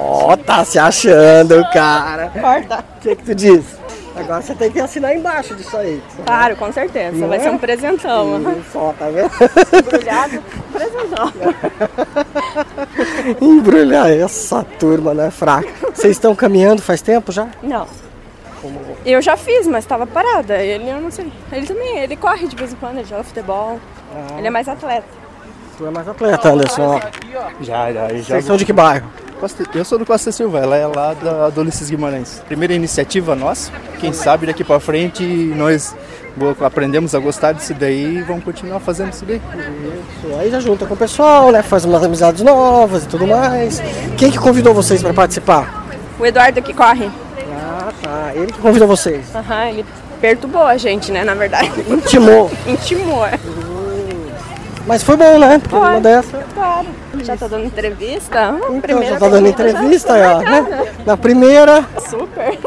[SPEAKER 1] Ó, tá se achando, cara.
[SPEAKER 9] Corta.
[SPEAKER 1] O que, que tu diz? Agora você tem que assinar embaixo disso aí.
[SPEAKER 9] Claro, com certeza.
[SPEAKER 1] Não
[SPEAKER 9] Vai ser
[SPEAKER 1] é?
[SPEAKER 9] um presentão.
[SPEAKER 1] Só, tá vendo?
[SPEAKER 9] Embrulhado, presentão.
[SPEAKER 1] Embrulhar essa turma, não é fraca. Vocês estão caminhando faz tempo já?
[SPEAKER 9] Não. Eu já fiz, mas estava parada. Ele, eu não sei. Ele também, ele corre de vez em quando, ele joga futebol.
[SPEAKER 1] Ah.
[SPEAKER 9] Ele é mais atleta.
[SPEAKER 1] Tu é mais atleta, Anderson. ó.
[SPEAKER 3] Já, já, já.
[SPEAKER 1] Vocês são de que bairro?
[SPEAKER 3] Costa- eu sou do Costa Silva, ela é lá da do Ulisses Guimarães. Primeira iniciativa nossa, quem sabe daqui pra frente nós bo- aprendemos a gostar disso daí e vamos continuar fazendo isso daí.
[SPEAKER 1] Aí já junta com o pessoal, né? Faz umas amizades novas e tudo mais. Quem que convidou vocês para participar?
[SPEAKER 9] O Eduardo que corre.
[SPEAKER 1] Ah, tá. Ele que convidou vocês.
[SPEAKER 9] Aham, ele perturbou a gente, né, na verdade.
[SPEAKER 1] Intimou.
[SPEAKER 9] Intimou, é.
[SPEAKER 1] Mas foi bom, né? Porque numa dessa.
[SPEAKER 9] Claro. Já tá dando entrevista? Ah,
[SPEAKER 1] Então,
[SPEAKER 9] primeira
[SPEAKER 1] já tá dando
[SPEAKER 9] pergunta,
[SPEAKER 1] entrevista,
[SPEAKER 9] já
[SPEAKER 1] ó,
[SPEAKER 9] foi
[SPEAKER 1] né?
[SPEAKER 9] marcada.
[SPEAKER 1] Na primeira.
[SPEAKER 9] Super.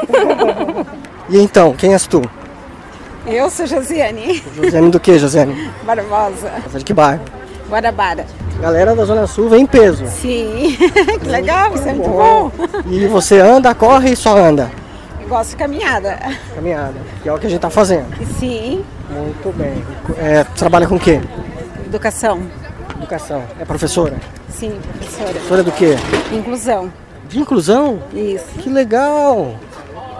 [SPEAKER 1] E então, quem és tu?
[SPEAKER 26] Eu sou Josiane
[SPEAKER 1] Josiane do que, Josiane?
[SPEAKER 26] Barbosa,
[SPEAKER 1] Você é de que bairro?
[SPEAKER 26] Guarabara.
[SPEAKER 1] Galera da Zona Sul vem em peso.
[SPEAKER 26] Sim, que legal, isso é muito bom.
[SPEAKER 1] E você anda, corre e só anda.
[SPEAKER 26] Eu gosto de caminhada.
[SPEAKER 1] Caminhada. Que é o que a gente tá fazendo.
[SPEAKER 26] Sim,
[SPEAKER 1] Muito bem. É, trabalha com o quê?
[SPEAKER 26] educação.
[SPEAKER 1] Educação. É professora?
[SPEAKER 26] Sim, professora.
[SPEAKER 1] Professora é do quê?
[SPEAKER 26] Inclusão.
[SPEAKER 1] De inclusão?
[SPEAKER 26] Isso.
[SPEAKER 1] Que legal!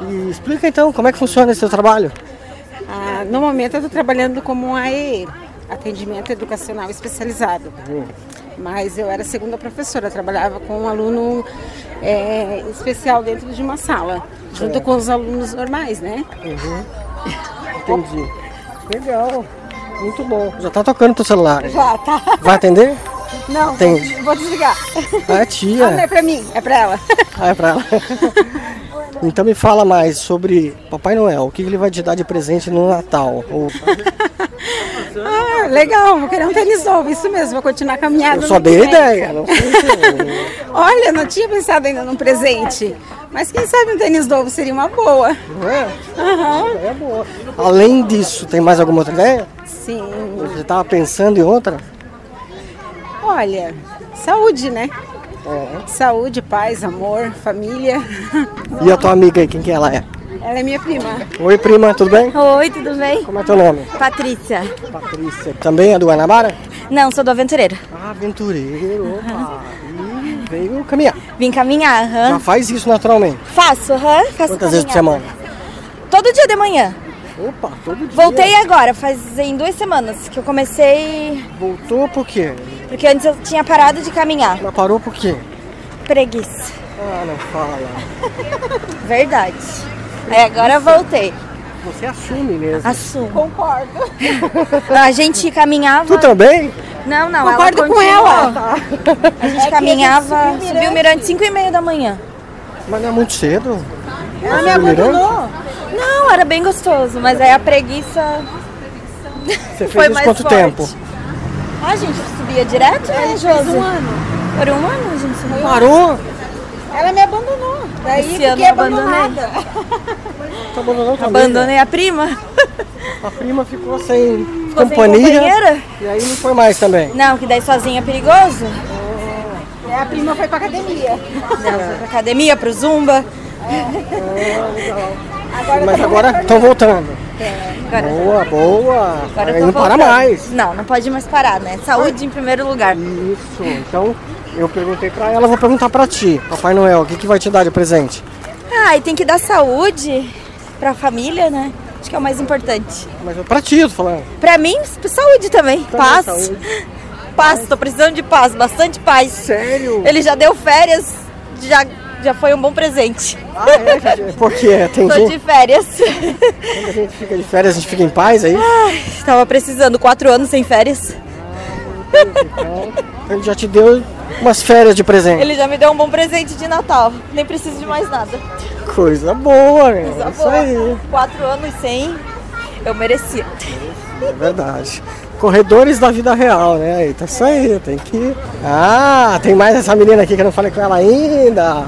[SPEAKER 1] E explica então como é que funciona esse seu trabalho.
[SPEAKER 26] Ah, no momento eu estou trabalhando como um AE, atendimento educacional especializado. Mas eu era segunda professora, eu trabalhava com um aluno eh, especial dentro de uma sala, junto
[SPEAKER 1] Certo.
[SPEAKER 26] com os alunos normais, né?
[SPEAKER 1] Entendi. Legal, muito bom. Já tá tocando teu celular.
[SPEAKER 26] Já, tá.
[SPEAKER 1] Vai atender?
[SPEAKER 26] Não,
[SPEAKER 1] Entendi.
[SPEAKER 26] vou desligar.
[SPEAKER 1] Ah, é
[SPEAKER 26] Ah, não é
[SPEAKER 1] tia.
[SPEAKER 26] pra mim, é pra ela.
[SPEAKER 1] Ah, é pra ela. Então me fala mais sobre Papai Noel. O que que ele vai te dar de presente no Natal? Ou-
[SPEAKER 26] Ah, legal, vou querer um tênis novo, isso mesmo, vou continuar caminhando.
[SPEAKER 1] Eu só dei a ideia. não sei.
[SPEAKER 26] Olha, não tinha pensado ainda num presente, mas quem sabe um tênis novo seria uma boa. Aham.
[SPEAKER 1] É boa. Além disso, tem mais alguma outra ideia?
[SPEAKER 26] Sim.
[SPEAKER 1] Você tava pensando em outra?
[SPEAKER 26] Olha, saúde, né? Saúde, paz, amor, família.
[SPEAKER 1] E a tua amiga aí, quem que ela é?
[SPEAKER 26] Ela é minha prima.
[SPEAKER 1] Oi, prima, tudo bem?
[SPEAKER 27] Oi, tudo bem?
[SPEAKER 1] Como é teu nome?
[SPEAKER 27] Patrícia.
[SPEAKER 1] Patrícia. Também é do Guanabara?
[SPEAKER 27] Não, sou do Aventureiro.
[SPEAKER 1] Ah, aventureiro, opa. E veio caminhar.
[SPEAKER 27] Vim caminhar, aham.
[SPEAKER 1] Já faz isso naturalmente.
[SPEAKER 27] Faço, aham. Faço
[SPEAKER 1] Quantas vezes por
[SPEAKER 27] caminhada.
[SPEAKER 1] semana?
[SPEAKER 27] Todo dia de manhã.
[SPEAKER 1] Opa, todo dia.
[SPEAKER 27] Voltei agora, fazem duas semanas que eu comecei...
[SPEAKER 1] Voltou por quê?
[SPEAKER 27] Porque antes eu tinha parado de caminhar.
[SPEAKER 1] Mas parou por quê?
[SPEAKER 27] Preguiça.
[SPEAKER 1] Ah, não fala.
[SPEAKER 27] Verdade. Aí agora voltei.
[SPEAKER 1] Você assume mesmo.
[SPEAKER 27] Assumo. Concordo. A gente caminhava...
[SPEAKER 1] Tu também?
[SPEAKER 27] Não, não.
[SPEAKER 26] Concordo
[SPEAKER 27] ela
[SPEAKER 26] com
[SPEAKER 27] continuou.
[SPEAKER 26] ela.
[SPEAKER 27] A gente
[SPEAKER 26] É que a
[SPEAKER 27] caminhava,
[SPEAKER 26] gente
[SPEAKER 27] subiu o mirante 5 e meia da manhã.
[SPEAKER 1] Mas não é muito cedo?
[SPEAKER 26] Ah,
[SPEAKER 27] Ela me abandonou? Não, era bem gostoso, mas aí a preguiça.
[SPEAKER 1] Você fez
[SPEAKER 27] Foi
[SPEAKER 1] isso
[SPEAKER 27] mais
[SPEAKER 1] quanto
[SPEAKER 27] forte.
[SPEAKER 1] tempo?
[SPEAKER 27] A Ah, gente subia direto,
[SPEAKER 26] É, a
[SPEAKER 27] né,
[SPEAKER 26] gente
[SPEAKER 27] Josi?
[SPEAKER 26] fez um ano.
[SPEAKER 27] Por um ano a gente subiu.
[SPEAKER 1] Parou?
[SPEAKER 26] Ela me abandonou. Daí
[SPEAKER 27] Esse ano
[SPEAKER 26] fiquei
[SPEAKER 27] eu abandonei.
[SPEAKER 26] abandonada.
[SPEAKER 1] Tu abandonou tua
[SPEAKER 27] Abandonei a prima.
[SPEAKER 1] amiga? A prima ficou sem
[SPEAKER 27] Ficou sem
[SPEAKER 1] companhia.
[SPEAKER 27] companheira?
[SPEAKER 1] e aí não foi mais também.
[SPEAKER 27] Não, que daí sozinha é perigoso.
[SPEAKER 26] É, a prima foi pra academia.
[SPEAKER 27] Não, foi pra academia, pro zumba.
[SPEAKER 1] Mas agora estão voltando. Boa, boa.
[SPEAKER 27] Agora eu
[SPEAKER 1] aí
[SPEAKER 27] tô
[SPEAKER 1] não para
[SPEAKER 27] voltando.
[SPEAKER 1] mais.
[SPEAKER 27] Não, não pode mais parar, né? Saúde em primeiro lugar.
[SPEAKER 1] Isso, então eu perguntei pra ela, vou perguntar pra ti. Papai Noel, o que, que vai te dar de presente?
[SPEAKER 27] Ah, e tem que dar saúde pra família, né? Acho que é o mais importante.
[SPEAKER 1] Mas eu- pra ti, eu tô falando.
[SPEAKER 27] Pra mim, saúde também. paz.
[SPEAKER 1] saúde.
[SPEAKER 27] Paz, tô precisando de paz, bastante paz.
[SPEAKER 1] Sério?
[SPEAKER 27] Ele já deu férias, já, já foi um bom presente.
[SPEAKER 1] Ah, é, gente? Porque é, tem
[SPEAKER 27] Tô
[SPEAKER 1] gente
[SPEAKER 27] de férias.
[SPEAKER 1] quando a gente fica de férias, a gente fica em paz é aí.
[SPEAKER 27] Ai, tava precisando, quatro anos sem férias.
[SPEAKER 1] Ele já te deu umas férias de presente.
[SPEAKER 27] Ele já me deu um bom presente de Natal. Nem preciso de mais nada.
[SPEAKER 1] Coisa boa, né?
[SPEAKER 27] Coisa
[SPEAKER 1] Isso
[SPEAKER 27] boa.
[SPEAKER 1] aí,
[SPEAKER 27] Quatro anos sem, eu merecia.
[SPEAKER 1] é verdade. Corredores da vida real, né? Aí, tá isso aí, tem que. Ah, tem mais essa menina aqui que eu não falei com ela ainda.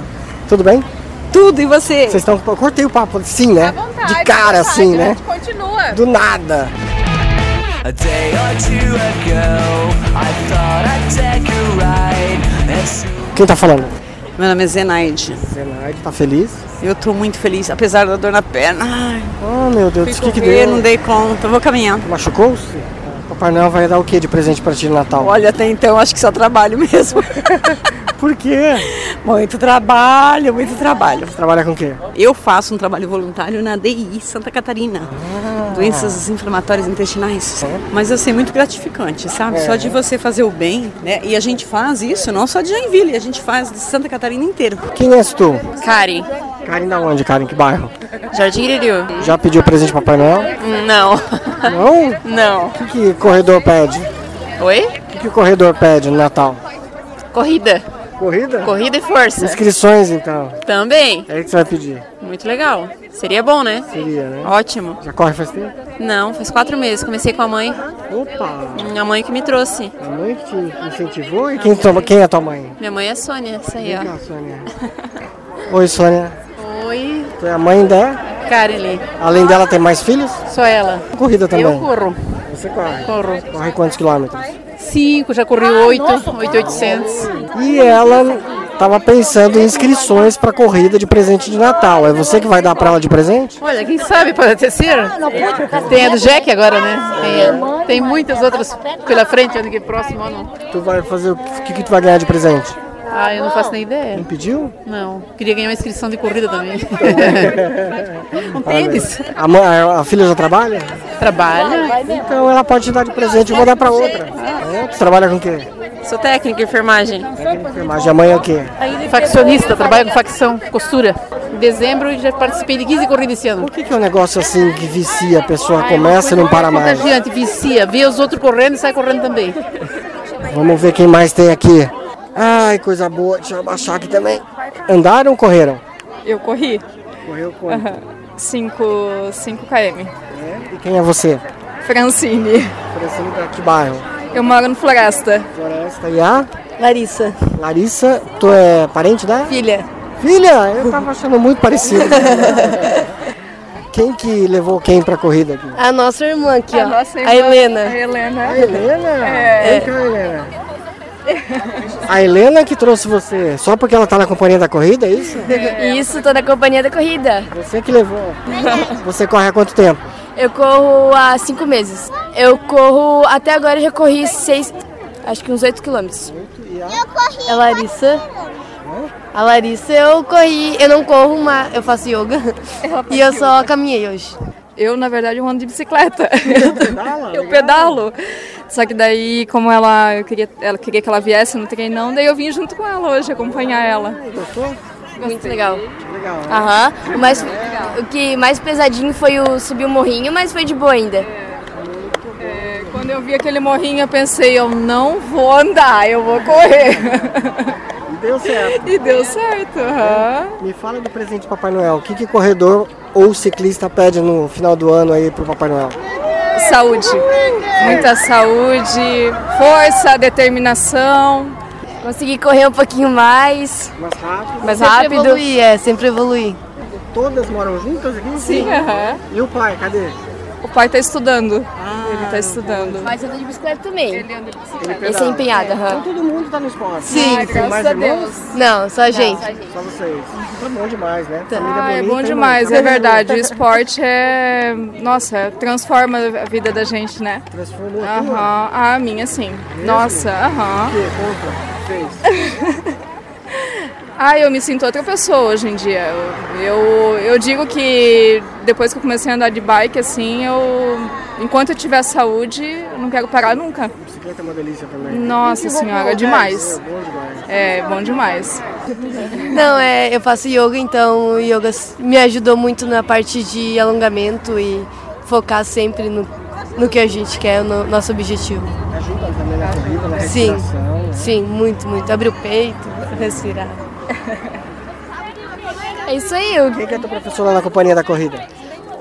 [SPEAKER 1] Tudo bem?
[SPEAKER 27] Tudo, e você?
[SPEAKER 1] Vocês estão. Eu cortei o papo, sim, né?
[SPEAKER 9] vontade,
[SPEAKER 1] de cara,
[SPEAKER 9] à vontade,
[SPEAKER 1] assim,
[SPEAKER 9] a
[SPEAKER 1] né?
[SPEAKER 9] gente continua.
[SPEAKER 1] Do nada.
[SPEAKER 2] A day or two ago, I thought I'd take a ride. And soon
[SPEAKER 1] Quem tá falando?
[SPEAKER 28] Meu nome é Zenaide.
[SPEAKER 1] Zenaide, tá feliz?
[SPEAKER 28] Eu tô muito feliz, apesar da dor na perna. Ai,
[SPEAKER 1] Oh, meu Deus, o
[SPEAKER 28] fui
[SPEAKER 1] que, que
[SPEAKER 28] correr,
[SPEAKER 1] deu?
[SPEAKER 28] não dei conta, vou caminhar.
[SPEAKER 1] Machucou-se? Papai Noel vai dar o que de presente pra ti no Natal?
[SPEAKER 28] Olha, até então acho que só trabalho mesmo.
[SPEAKER 1] Por quê?
[SPEAKER 28] Muito trabalho, muito trabalho.
[SPEAKER 1] Trabalha com o quê?
[SPEAKER 28] Eu faço um trabalho voluntário na DI Santa Catarina.
[SPEAKER 1] Ah.
[SPEAKER 28] Doenças inflamatórias intestinais.
[SPEAKER 1] É?
[SPEAKER 28] Mas assim, muito gratificante, sabe?
[SPEAKER 29] É.
[SPEAKER 28] Só de você fazer o bem, né? E a gente faz isso, não só de Joinville, a gente faz de Santa Catarina inteira.
[SPEAKER 1] Quem és tu?
[SPEAKER 29] Kari.
[SPEAKER 1] Karen da onde, Karen? Que bairro?
[SPEAKER 29] Jardim Iririu?
[SPEAKER 1] Já pediu presente pro Papai Noel?
[SPEAKER 29] Não.
[SPEAKER 1] Não?
[SPEAKER 29] Não.
[SPEAKER 1] O que, que corredor pede?
[SPEAKER 29] Oi?
[SPEAKER 1] O que, que o corredor pede no Natal?
[SPEAKER 29] Corrida.
[SPEAKER 1] Corrida?
[SPEAKER 29] Corrida e força.
[SPEAKER 1] Inscrições, então.
[SPEAKER 29] Também.
[SPEAKER 1] É o que você vai pedir.
[SPEAKER 29] Muito legal. Seria bom, né?
[SPEAKER 1] Seria, né?
[SPEAKER 29] Ótimo.
[SPEAKER 1] Já corre faz tempo?
[SPEAKER 29] Não, faz quatro meses. Comecei com a mãe. Opa! Minha mãe que me trouxe.
[SPEAKER 1] A mãe que te incentivou? E quem, toma, quem é tua mãe?
[SPEAKER 29] Minha mãe é a Sônia, essa aí, ó.
[SPEAKER 1] Sônia. Oi, Sônia.
[SPEAKER 29] Oi,
[SPEAKER 1] Tu é a mãe da...
[SPEAKER 29] Kareli.
[SPEAKER 1] Além dela, tem mais filhos?
[SPEAKER 29] Sou ela.
[SPEAKER 1] Corrida também?
[SPEAKER 29] Eu corro.
[SPEAKER 1] Você corre? Ah,
[SPEAKER 29] Corro.
[SPEAKER 1] Corre quantos quilômetros?
[SPEAKER 29] Cinco, já corri oito, oito, oitocentos.
[SPEAKER 1] E ela tava pensando em inscrições pra corrida de presente de Natal. É você que vai dar pra ela de presente?
[SPEAKER 29] Olha, quem sabe Ah, pode ser? Tem a do Jack agora, né? Tem, tem muitas outras pela frente, ano que próximo ano.
[SPEAKER 1] Tu vai fazer o que, que, que tu vai ganhar de presente?
[SPEAKER 29] Ah, eu não faço nem ideia.
[SPEAKER 1] Não pediu?
[SPEAKER 29] Não, queria ganhar uma inscrição de corrida também. Um tênis.
[SPEAKER 1] Olha, A, mãe- a- a filha já trabalha?
[SPEAKER 29] Trabalha.
[SPEAKER 1] Então ela pode te dar de presente e vou dar pra outra. É, Tu trabalha com o quê?
[SPEAKER 29] Ah, é? Sou técnica em enfermagem.
[SPEAKER 1] Enfermagem. A mãe é o quê?
[SPEAKER 29] Faccionista, trabalho com facção, costura. Em dezembro já participei de 15 corridas esse ano.
[SPEAKER 1] O que, que é um negócio assim que vicia? A pessoa começa e não para mais.
[SPEAKER 29] Contagiante, vicia, vê os outros correndo e sai correndo também.
[SPEAKER 1] Vamos ver quem mais tem aqui. Ai, coisa boa. Deixa eu abaixar aqui também. Andaram ou correram?
[SPEAKER 8] Eu corri.
[SPEAKER 1] Correu
[SPEAKER 8] quanto? 5 km.
[SPEAKER 1] E quem é você?
[SPEAKER 8] Francine.
[SPEAKER 1] Francine tá Que bairro?
[SPEAKER 8] Eu moro no Floresta.
[SPEAKER 1] Floresta e a?
[SPEAKER 8] Larissa.
[SPEAKER 1] Larissa, tu é parente da?
[SPEAKER 8] Filha.
[SPEAKER 1] Filha, eu tava achando muito parecido. quem que levou quem pra corrida aqui?
[SPEAKER 10] A nossa irmã aqui,
[SPEAKER 8] A
[SPEAKER 10] ó.
[SPEAKER 8] nossa irmã,
[SPEAKER 10] a Helena.
[SPEAKER 8] a Helena.
[SPEAKER 1] A Helena?
[SPEAKER 8] É.
[SPEAKER 1] Vem cá, Helena. A Helena que trouxe você, só porque ela tá na companhia da corrida, é isso?
[SPEAKER 10] Isso, tô na companhia da corrida.
[SPEAKER 1] Você que levou. Você corre há quanto tempo?
[SPEAKER 10] Eu corro há cinco meses. Eu corro, até agora eu já corri seis, acho que uns oito quilômetros. Eu corri. A Larissa. A Larissa, eu corri, eu não corro, mas eu faço yoga. E eu só caminhei hoje.
[SPEAKER 8] Eu, na verdade, eu ando de bicicleta. eu pedalo. Só que daí, como ela, eu queria, ela queria que ela viesse no treinão, daí eu vim junto com ela hoje acompanhar ela.
[SPEAKER 10] Muito legal.
[SPEAKER 1] né?
[SPEAKER 10] Aham. O, mais,
[SPEAKER 1] É.
[SPEAKER 10] o que mais pesadinho foi o subir o morrinho, mas foi de boa ainda.
[SPEAKER 8] É, Quando eu vi aquele morrinho, eu pensei, eu não vou andar, eu vou correr.
[SPEAKER 1] E deu certo. É.
[SPEAKER 8] E deu certo, aham.
[SPEAKER 1] Me fala do presente do Papai Noel. O que, que corredor ou ciclista pede no final do ano aí pro Papai Noel?
[SPEAKER 8] Saúde. Muita saúde, força, determinação.
[SPEAKER 10] Consegui correr um pouquinho mais.
[SPEAKER 1] Mais rápido.
[SPEAKER 10] Mais
[SPEAKER 8] Sempre
[SPEAKER 10] rápido.
[SPEAKER 8] evoluir,
[SPEAKER 10] é, sempre evoluir.
[SPEAKER 1] Todas moram juntas aqui?
[SPEAKER 8] Sim, aham.
[SPEAKER 1] E o pai, cadê? Ah,
[SPEAKER 8] O pai tá estudando. ele tá estudando.
[SPEAKER 10] Mas anda de bicicleta também. Ele anda de
[SPEAKER 1] pedala.
[SPEAKER 10] Esse é empenhado, aham.
[SPEAKER 1] Então todo mundo tá no esporte.
[SPEAKER 10] Sim.
[SPEAKER 1] Tem mais irmãos?
[SPEAKER 10] Não, só a gente.
[SPEAKER 1] Só vocês. Tá bom demais, né? Família
[SPEAKER 8] Ah, é
[SPEAKER 1] bonita,
[SPEAKER 8] bom
[SPEAKER 1] hein,
[SPEAKER 8] demais,
[SPEAKER 1] mãe?
[SPEAKER 8] é verdade. O esporte é. Nossa, transforma a vida da gente, né?
[SPEAKER 1] Transformou
[SPEAKER 8] a
[SPEAKER 1] tudo?
[SPEAKER 8] Ah, a minha sim.
[SPEAKER 1] Mesmo?
[SPEAKER 8] Nossa, aham.
[SPEAKER 1] O quê? Conta. Fez.
[SPEAKER 8] Ah, eu me sinto outra pessoa hoje em dia. Eu, eu, eu digo que depois que eu comecei a andar de bike, assim, eu. Enquanto eu tiver saúde, eu não quero parar nunca.
[SPEAKER 1] Bicicleta é uma delícia também.
[SPEAKER 8] Nossa senhora, demais. É, bom demais.
[SPEAKER 10] Não, é, eu faço yoga, então o yoga s- me ajudou muito na parte de alongamento e focar sempre no, no que a gente quer, no nosso objetivo.
[SPEAKER 1] Ajuda também na corrida, na
[SPEAKER 10] Sim,
[SPEAKER 1] respiração.
[SPEAKER 10] sim, muito, muito. Abrir o peito, respirar. É isso aí.
[SPEAKER 1] Quem que é teu professor lá na companhia da corrida?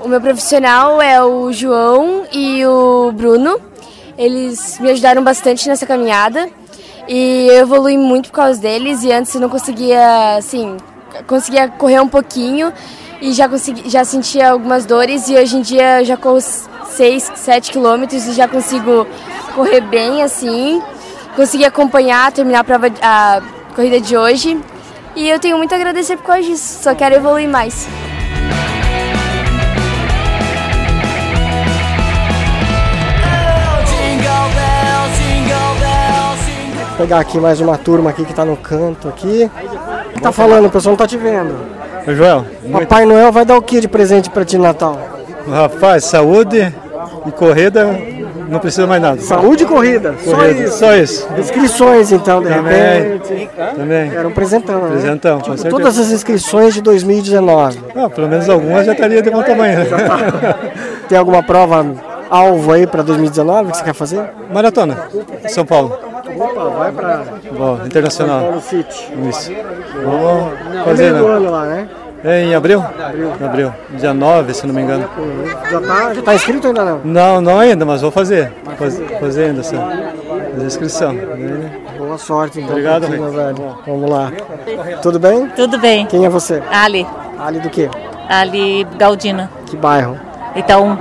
[SPEAKER 10] O meu profissional é o João e o Bruno. Eles me ajudaram bastante nessa caminhada e eu evolui muito por causa deles. E antes eu não conseguia, assim, conseguia correr um pouquinho e já consegui, já sentia algumas dores. E hoje em dia eu já corro 6, 7 quilômetros e já consigo correr bem, assim. Consegui acompanhar, terminar a prova, a corrida de hoje. E eu tenho muito a agradecer por causa disso. Só quero evoluir mais.
[SPEAKER 1] pegar aqui mais uma turma aqui que tá no canto aqui. O que tá falando, o pessoal não tá te vendo.
[SPEAKER 11] Ô, Joel, muito-
[SPEAKER 1] Papai Noel vai dar o que de presente pra ti no Natal?
[SPEAKER 11] rapaz, saúde e corrida, não precisa mais nada.
[SPEAKER 1] Saúde e corrida, só isso.
[SPEAKER 11] Só isso.
[SPEAKER 1] Inscrições então, de
[SPEAKER 11] Também.
[SPEAKER 1] repente.
[SPEAKER 11] Também.
[SPEAKER 1] Era um presentão, né?
[SPEAKER 11] Presentão, com certeza.
[SPEAKER 1] Todas as inscrições de 2019.
[SPEAKER 11] Ah, pelo menos algumas já estaria de bom tamanho. né?
[SPEAKER 1] Tem alguma prova alvo aí pra 2019 que você quer fazer?
[SPEAKER 11] Maratona, São Paulo.
[SPEAKER 1] Opa, vai pra
[SPEAKER 11] Bom, internacional.
[SPEAKER 1] São Paulo City.
[SPEAKER 11] Isso. Vamos fazer,
[SPEAKER 1] Primeiro
[SPEAKER 11] né?
[SPEAKER 1] do ano lá, né?
[SPEAKER 11] É em abril? Abril. Abril. Dia 9, se não me engano.
[SPEAKER 1] Já tá, já tá inscrito ainda não?
[SPEAKER 11] Não, não ainda, mas vou fazer. Faz, fazer ainda, sim. Fazer a inscrição. né?
[SPEAKER 1] Boa sorte, então.
[SPEAKER 11] Obrigado,
[SPEAKER 1] pra ti,
[SPEAKER 11] Rui.
[SPEAKER 1] Nazário. Vamos lá. Tudo bem?
[SPEAKER 12] Tudo bem.
[SPEAKER 1] Quem é você?
[SPEAKER 12] Ali.
[SPEAKER 1] Ali do quê?
[SPEAKER 12] Ali Galdina.
[SPEAKER 1] Que bairro?
[SPEAKER 12] Então,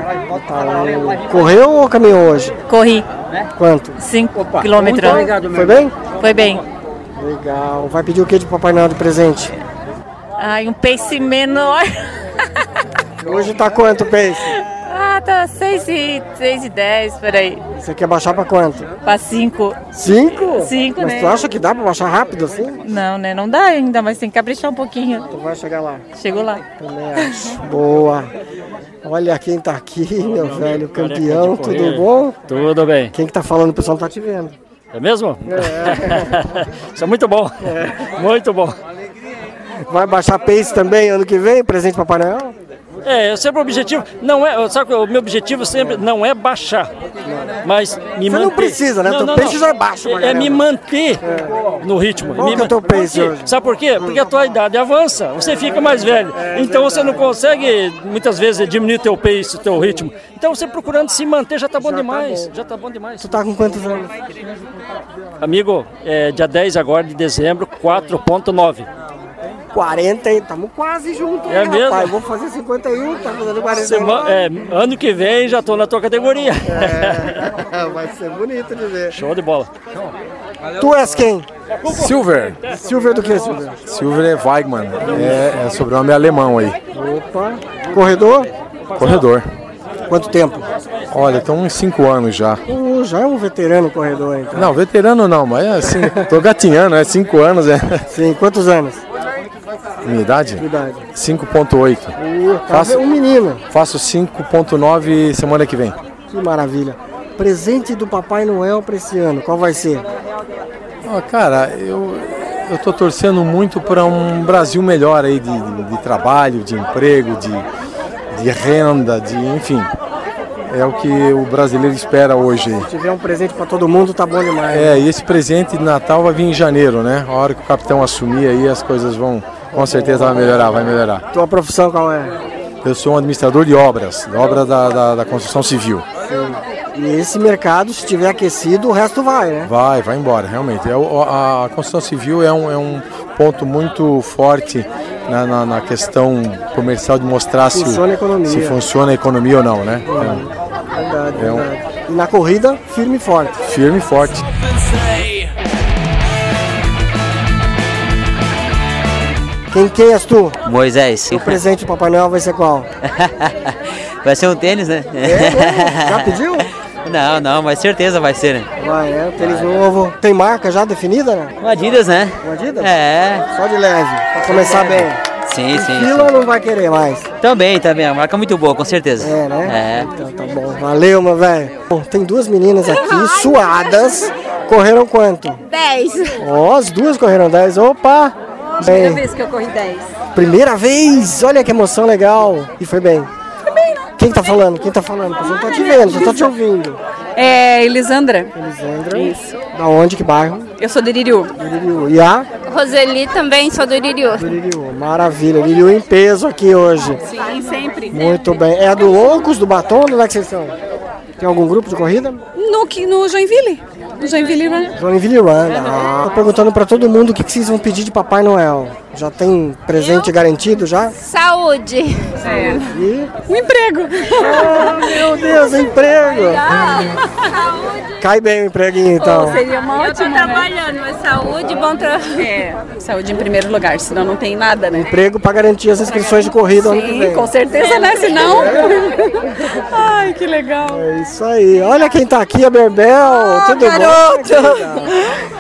[SPEAKER 1] Correu ou caminhou hoje?
[SPEAKER 12] corri
[SPEAKER 1] Quanto?
[SPEAKER 12] 5 quilômetros.
[SPEAKER 1] Foi bem?
[SPEAKER 12] Foi bem.
[SPEAKER 1] Legal. Vai pedir o que de Papai Noel de presente?
[SPEAKER 12] Ai, um pace menor.
[SPEAKER 1] Hoje tá quanto o pace?
[SPEAKER 12] Ah, tá 6 e, 6 e 10, peraí.
[SPEAKER 1] Você quer baixar pra quanto?
[SPEAKER 12] Pra 5.
[SPEAKER 1] Cinco?
[SPEAKER 12] Cinco,
[SPEAKER 1] Mas
[SPEAKER 12] né?
[SPEAKER 1] tu acha que dá pra baixar rápido assim?
[SPEAKER 12] Não, né? Não dá ainda, mas tem que caprichar um pouquinho.
[SPEAKER 1] Tu vai chegar lá.
[SPEAKER 12] Chegou lá.
[SPEAKER 1] Também acho. Boa. Olha quem tá aqui, meu velho
[SPEAKER 13] tá
[SPEAKER 1] campeão, tudo bom?
[SPEAKER 13] Tudo bem.
[SPEAKER 1] Quem que tá falando, o pessoal não tá te vendo.
[SPEAKER 13] É mesmo? Isso é muito bom. Muito bom.
[SPEAKER 1] Vai baixar pace também ano que vem, presente pra Papai Noel?
[SPEAKER 13] É, é sempre o objetivo. Não é, sabe qual é? o meu objetivo sempre não é baixar, mas me
[SPEAKER 1] Você não
[SPEAKER 13] manter.
[SPEAKER 1] precisa, né? Teu pace já é baixo, pra
[SPEAKER 13] É, é me
[SPEAKER 1] caramba.
[SPEAKER 13] manter no ritmo.
[SPEAKER 1] Qual que
[SPEAKER 13] me
[SPEAKER 1] é o
[SPEAKER 13] man-
[SPEAKER 1] teu pace
[SPEAKER 13] Porque-
[SPEAKER 1] hoje?
[SPEAKER 13] Sabe por quê? Porque a tua idade avança, você fica mais velho.
[SPEAKER 1] É,
[SPEAKER 13] Então você não consegue muitas vezes diminuir teu pace, teu ritmo. Então você procurando se manter já tá bom demais. Já tá bom demais.
[SPEAKER 1] Tu tá com quantos anos?
[SPEAKER 13] Amigo, é, dia 10 agora de dezembro, 4.9.
[SPEAKER 1] 40 e tá tamo quase junto,
[SPEAKER 13] É
[SPEAKER 1] hein,
[SPEAKER 13] mesmo?
[SPEAKER 1] rapaz? Vou fazer 51, tá fazendo 49.
[SPEAKER 13] Sema- é, ano que vem já tô na tua categoria.
[SPEAKER 1] É, Vai ser bonito de ver.
[SPEAKER 13] Show de bola.
[SPEAKER 1] Tu és quem?
[SPEAKER 15] Silver.
[SPEAKER 13] é.
[SPEAKER 1] Silver do que, Silver?
[SPEAKER 15] Silver Weigmann. É, é sobrenome alemão aí.
[SPEAKER 1] Opa. Corredor?
[SPEAKER 15] Corredor.
[SPEAKER 1] Quanto tempo?
[SPEAKER 15] Olha, estão uns 5 anos já.
[SPEAKER 1] Tu já é um veterano corredor, então.
[SPEAKER 15] Não, veterano não, mas é assim, tô gatinhando, é 5 anos, é.
[SPEAKER 1] Sim, quantos anos?
[SPEAKER 15] Minha idade?
[SPEAKER 1] Idade.
[SPEAKER 15] 5.8.
[SPEAKER 1] Uh, tá
[SPEAKER 15] Faço-
[SPEAKER 1] um menino.
[SPEAKER 15] Faço 5.9 semana que vem.
[SPEAKER 1] Que maravilha. Presente do Papai Noel pra esse ano, qual vai ser?
[SPEAKER 15] Ó, cara, eu, eu tô torcendo muito para um Brasil melhor aí de, de- de trabalho, de emprego, de, de renda, de enfim. É o que o brasileiro espera hoje aí.
[SPEAKER 1] Se tiver um presente pra todo mundo, tá bom demais.
[SPEAKER 15] É, e esse presente de Natal vai vir em janeiro, né? A hora que o capitão assumir aí, as coisas vão, com certeza vai melhorar, vai melhorar.
[SPEAKER 1] Tua profissão qual é?
[SPEAKER 15] Eu sou um administrador de obras, da obra da, da, da construção civil.
[SPEAKER 1] Sim. E esse mercado, se estiver aquecido, o resto vai, né?
[SPEAKER 15] Vai, vai embora, realmente. É o- a a construção civil é um, é um ponto muito forte na, na- na questão comercial de mostrar se, o-
[SPEAKER 1] Funciona a economia.
[SPEAKER 15] se funciona a economia ou não, né?
[SPEAKER 1] Verdade,
[SPEAKER 15] É um-
[SPEAKER 1] verdade. E na corrida, firme e forte.
[SPEAKER 15] É um firme e forte.
[SPEAKER 1] Quem, quem és tu?
[SPEAKER 15] Moisés.
[SPEAKER 1] O presente do Papai Noel vai ser qual?
[SPEAKER 15] Vai ser um tênis, né?
[SPEAKER 1] mesmo? É, Já pediu?
[SPEAKER 15] Não, não, mas certeza vai ser, né?
[SPEAKER 1] Vai, é, o tênis novo. Tem marca já definida, né?
[SPEAKER 15] Um Adidas, né?
[SPEAKER 1] Um Adidas?
[SPEAKER 15] É.
[SPEAKER 1] Só de leve, pra começar bem.
[SPEAKER 15] Sim, sim.
[SPEAKER 1] Fila não vai querer mais.
[SPEAKER 15] Também, também. A marca é muito boa, com certeza.
[SPEAKER 1] É, né?
[SPEAKER 15] É.
[SPEAKER 1] Então tá bom. Valeu, meu velho. Bom, tem duas meninas aqui, suadas. Correram quanto?
[SPEAKER 28] 10.
[SPEAKER 1] Ó, as duas correram 10. Opa!
[SPEAKER 28] Primeira
[SPEAKER 1] Bem,
[SPEAKER 28] vez que eu corri 10.
[SPEAKER 1] primeira vez! Olha que emoção legal! E foi bem.
[SPEAKER 28] né?
[SPEAKER 1] Quem tá falando? Quem tá falando? Você não tá te vendo, só tá te ouvindo.
[SPEAKER 28] É Elisandra.
[SPEAKER 1] Elisandra. Da onde? Que bairro?
[SPEAKER 28] Eu sou de Liriu.
[SPEAKER 1] Liriu. E a?
[SPEAKER 28] Roseli também sou do Liriu.
[SPEAKER 1] Liriu. Maravilha. Liriu em peso aqui hoje.
[SPEAKER 28] Sim, sempre. né?
[SPEAKER 1] Muito bem. É a do Loucos, do Batom? Onde é que vocês estão? Tem algum grupo de corrida?
[SPEAKER 28] No, que- no Joinville. No Joinville, né?
[SPEAKER 1] Joinville Run. Ah, tô perguntando pra todo mundo o que, que vocês vão pedir de Papai Noel. Já tem presente garantido já?
[SPEAKER 28] Saúde.
[SPEAKER 1] É.
[SPEAKER 28] Um emprego.
[SPEAKER 1] Oh, meu Deus, emprego!
[SPEAKER 29] Ah.
[SPEAKER 1] Cai bem o empreguinho então.
[SPEAKER 28] uma ótima. Eu tô trabalhando, mas saúde, bom trabalho. É, saúde em primeiro lugar, senão não tem nada, né?
[SPEAKER 1] Emprego pra garantir as inscrições de corrida ano que
[SPEAKER 28] Sim,
[SPEAKER 1] vem.
[SPEAKER 28] com certeza, né? Senão. Ai, que legal.
[SPEAKER 1] É isso aí. Olha quem tá aqui, a Berbel. Tudo
[SPEAKER 17] minutos.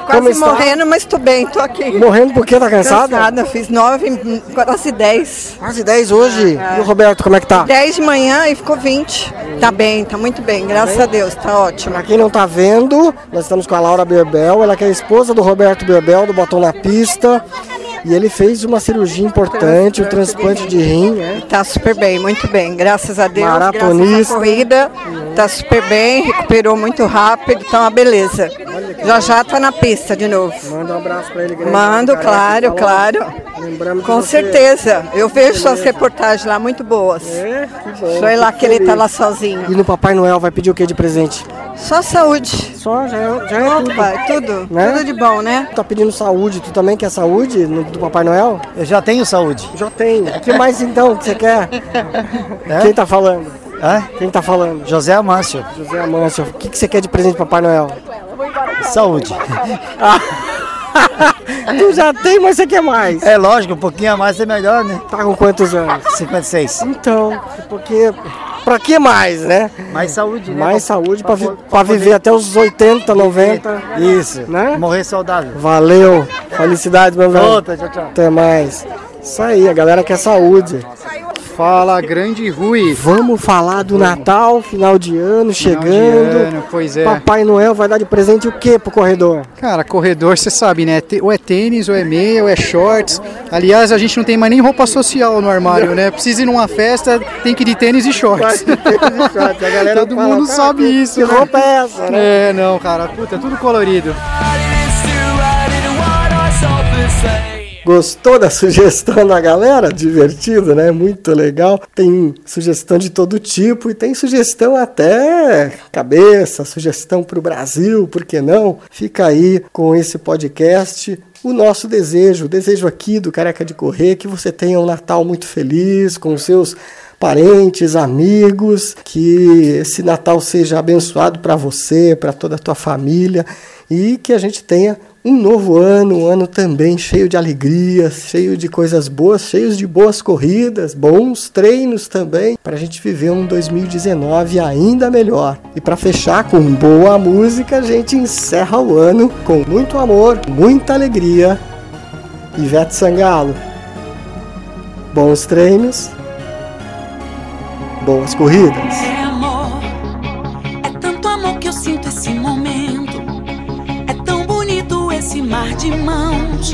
[SPEAKER 1] Como
[SPEAKER 17] Quase
[SPEAKER 1] está?
[SPEAKER 17] morrendo, mas tô bem, tô aqui.
[SPEAKER 1] Morrendo porque tá cansada?
[SPEAKER 17] Cansada, fiz nove, quase dez.
[SPEAKER 1] Quase dez hoje?
[SPEAKER 28] Ah,
[SPEAKER 1] E o Roberto, como é que tá?
[SPEAKER 17] Dez de manhã e ficou vinte. Tá bem, tá muito bem, graças a Deus, tá ótimo.
[SPEAKER 1] Pra quem não tá vendo, nós estamos com a Laura Berbel, ela que é a esposa do Roberto Berbel, do Botão na Pista. E ele fez uma cirurgia importante, o transplante de rim. né?
[SPEAKER 17] Tá super bem, muito bem, graças a Deus. Graças
[SPEAKER 1] Maratonista.
[SPEAKER 17] à corrida, tá super bem, recuperou muito rápido, tá uma beleza. Já já tá na pista de novo.
[SPEAKER 1] Manda um abraço pra ele, grande.
[SPEAKER 17] Mando,
[SPEAKER 1] Careca,
[SPEAKER 17] claro,
[SPEAKER 1] falou.
[SPEAKER 17] claro.
[SPEAKER 1] Lembramos de
[SPEAKER 17] Com
[SPEAKER 1] você.
[SPEAKER 17] certeza. Eu vejo suas
[SPEAKER 1] Beleza.
[SPEAKER 17] reportagens lá muito boas.
[SPEAKER 1] É, que bom.
[SPEAKER 17] Só ir lá
[SPEAKER 1] Fico
[SPEAKER 17] que ele tá
[SPEAKER 1] feliz.
[SPEAKER 17] lá sozinho.
[SPEAKER 1] E no Papai Noel vai pedir o que de presente?
[SPEAKER 17] Só saúde.
[SPEAKER 1] Só, já é, já
[SPEAKER 17] tudo. Pai, tudo.
[SPEAKER 1] Né?
[SPEAKER 17] Tudo de bom, né?
[SPEAKER 1] Tá pedindo saúde, tu também quer saúde no- do Papai Noel? Eu já tenho saúde. Já tenho. O que mais então que você quer? Quem tá falando? Quem tá falando? José Amâncio. José Amâncio. O que, que você quer de presente pro Papai Noel? Saúde. tu já tem, mas você quer mais. É lógico, um pouquinho a mais é melhor, né? Tá com quantos anos? 56. Então, porque... Pra que mais, né?
[SPEAKER 4] Mais saúde, né?
[SPEAKER 1] Mais saúde pra, vi-
[SPEAKER 4] pra
[SPEAKER 1] pra
[SPEAKER 4] poder-
[SPEAKER 1] viver até os 80, 90.
[SPEAKER 4] Isso.
[SPEAKER 1] Né?
[SPEAKER 4] Morrer saudável.
[SPEAKER 1] Valeu, felicidade, meu velho.
[SPEAKER 4] Outra, tchau, tchau.
[SPEAKER 1] Até mais. Isso aí, a galera quer saúde.
[SPEAKER 3] Fala, grande Rui.
[SPEAKER 1] Vamos falar do Natal, final de
[SPEAKER 3] Final de
[SPEAKER 1] ano chegando.
[SPEAKER 3] ano, pois é.
[SPEAKER 1] Papai Noel vai dar de presente o que pro corredor?
[SPEAKER 3] Cara, corredor, você sabe, né? Te- Ou é tênis, ou é meia, ou é shorts. Aliás, a gente não tem mais nem roupa social no armário, né? Precisa ir numa festa, tem que ir de tênis e shorts. Todo mundo sabe isso.
[SPEAKER 1] Que roupa é essa?
[SPEAKER 3] É, não, cara. Puta, tudo colorido.
[SPEAKER 1] Gostou da sugestão da galera? Divertido, né? Muito legal. Tem sugestão de todo tipo e tem sugestão até cabeça, sugestão para o Brasil, por que não? Fica aí com esse podcast. O nosso desejo, o desejo aqui do Careca de Correr, que você tenha um Natal muito feliz com os seus parentes, amigos, que esse Natal seja abençoado para você, para toda a tua família e que a gente tenha um novo ano, um ano também cheio de alegria, cheio de coisas boas, cheios de boas corridas, bons treinos também, para a gente viver um 2019 ainda melhor. E para fechar com boa música, a gente encerra o ano com muito amor, muita alegria. Ivete Sangalo. Bons treinos, boas corridas.
[SPEAKER 30] É amor, é tanto amor que eu sinto esse momento. É tão bonito esse mar de mãos.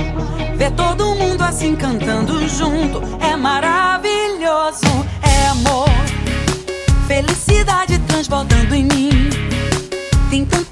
[SPEAKER 30] Ver todo mundo assim cantando junto é maravilhoso. É amor, felicidade transbordando em mim. Tem tanto tá é Oh, É É assim É tá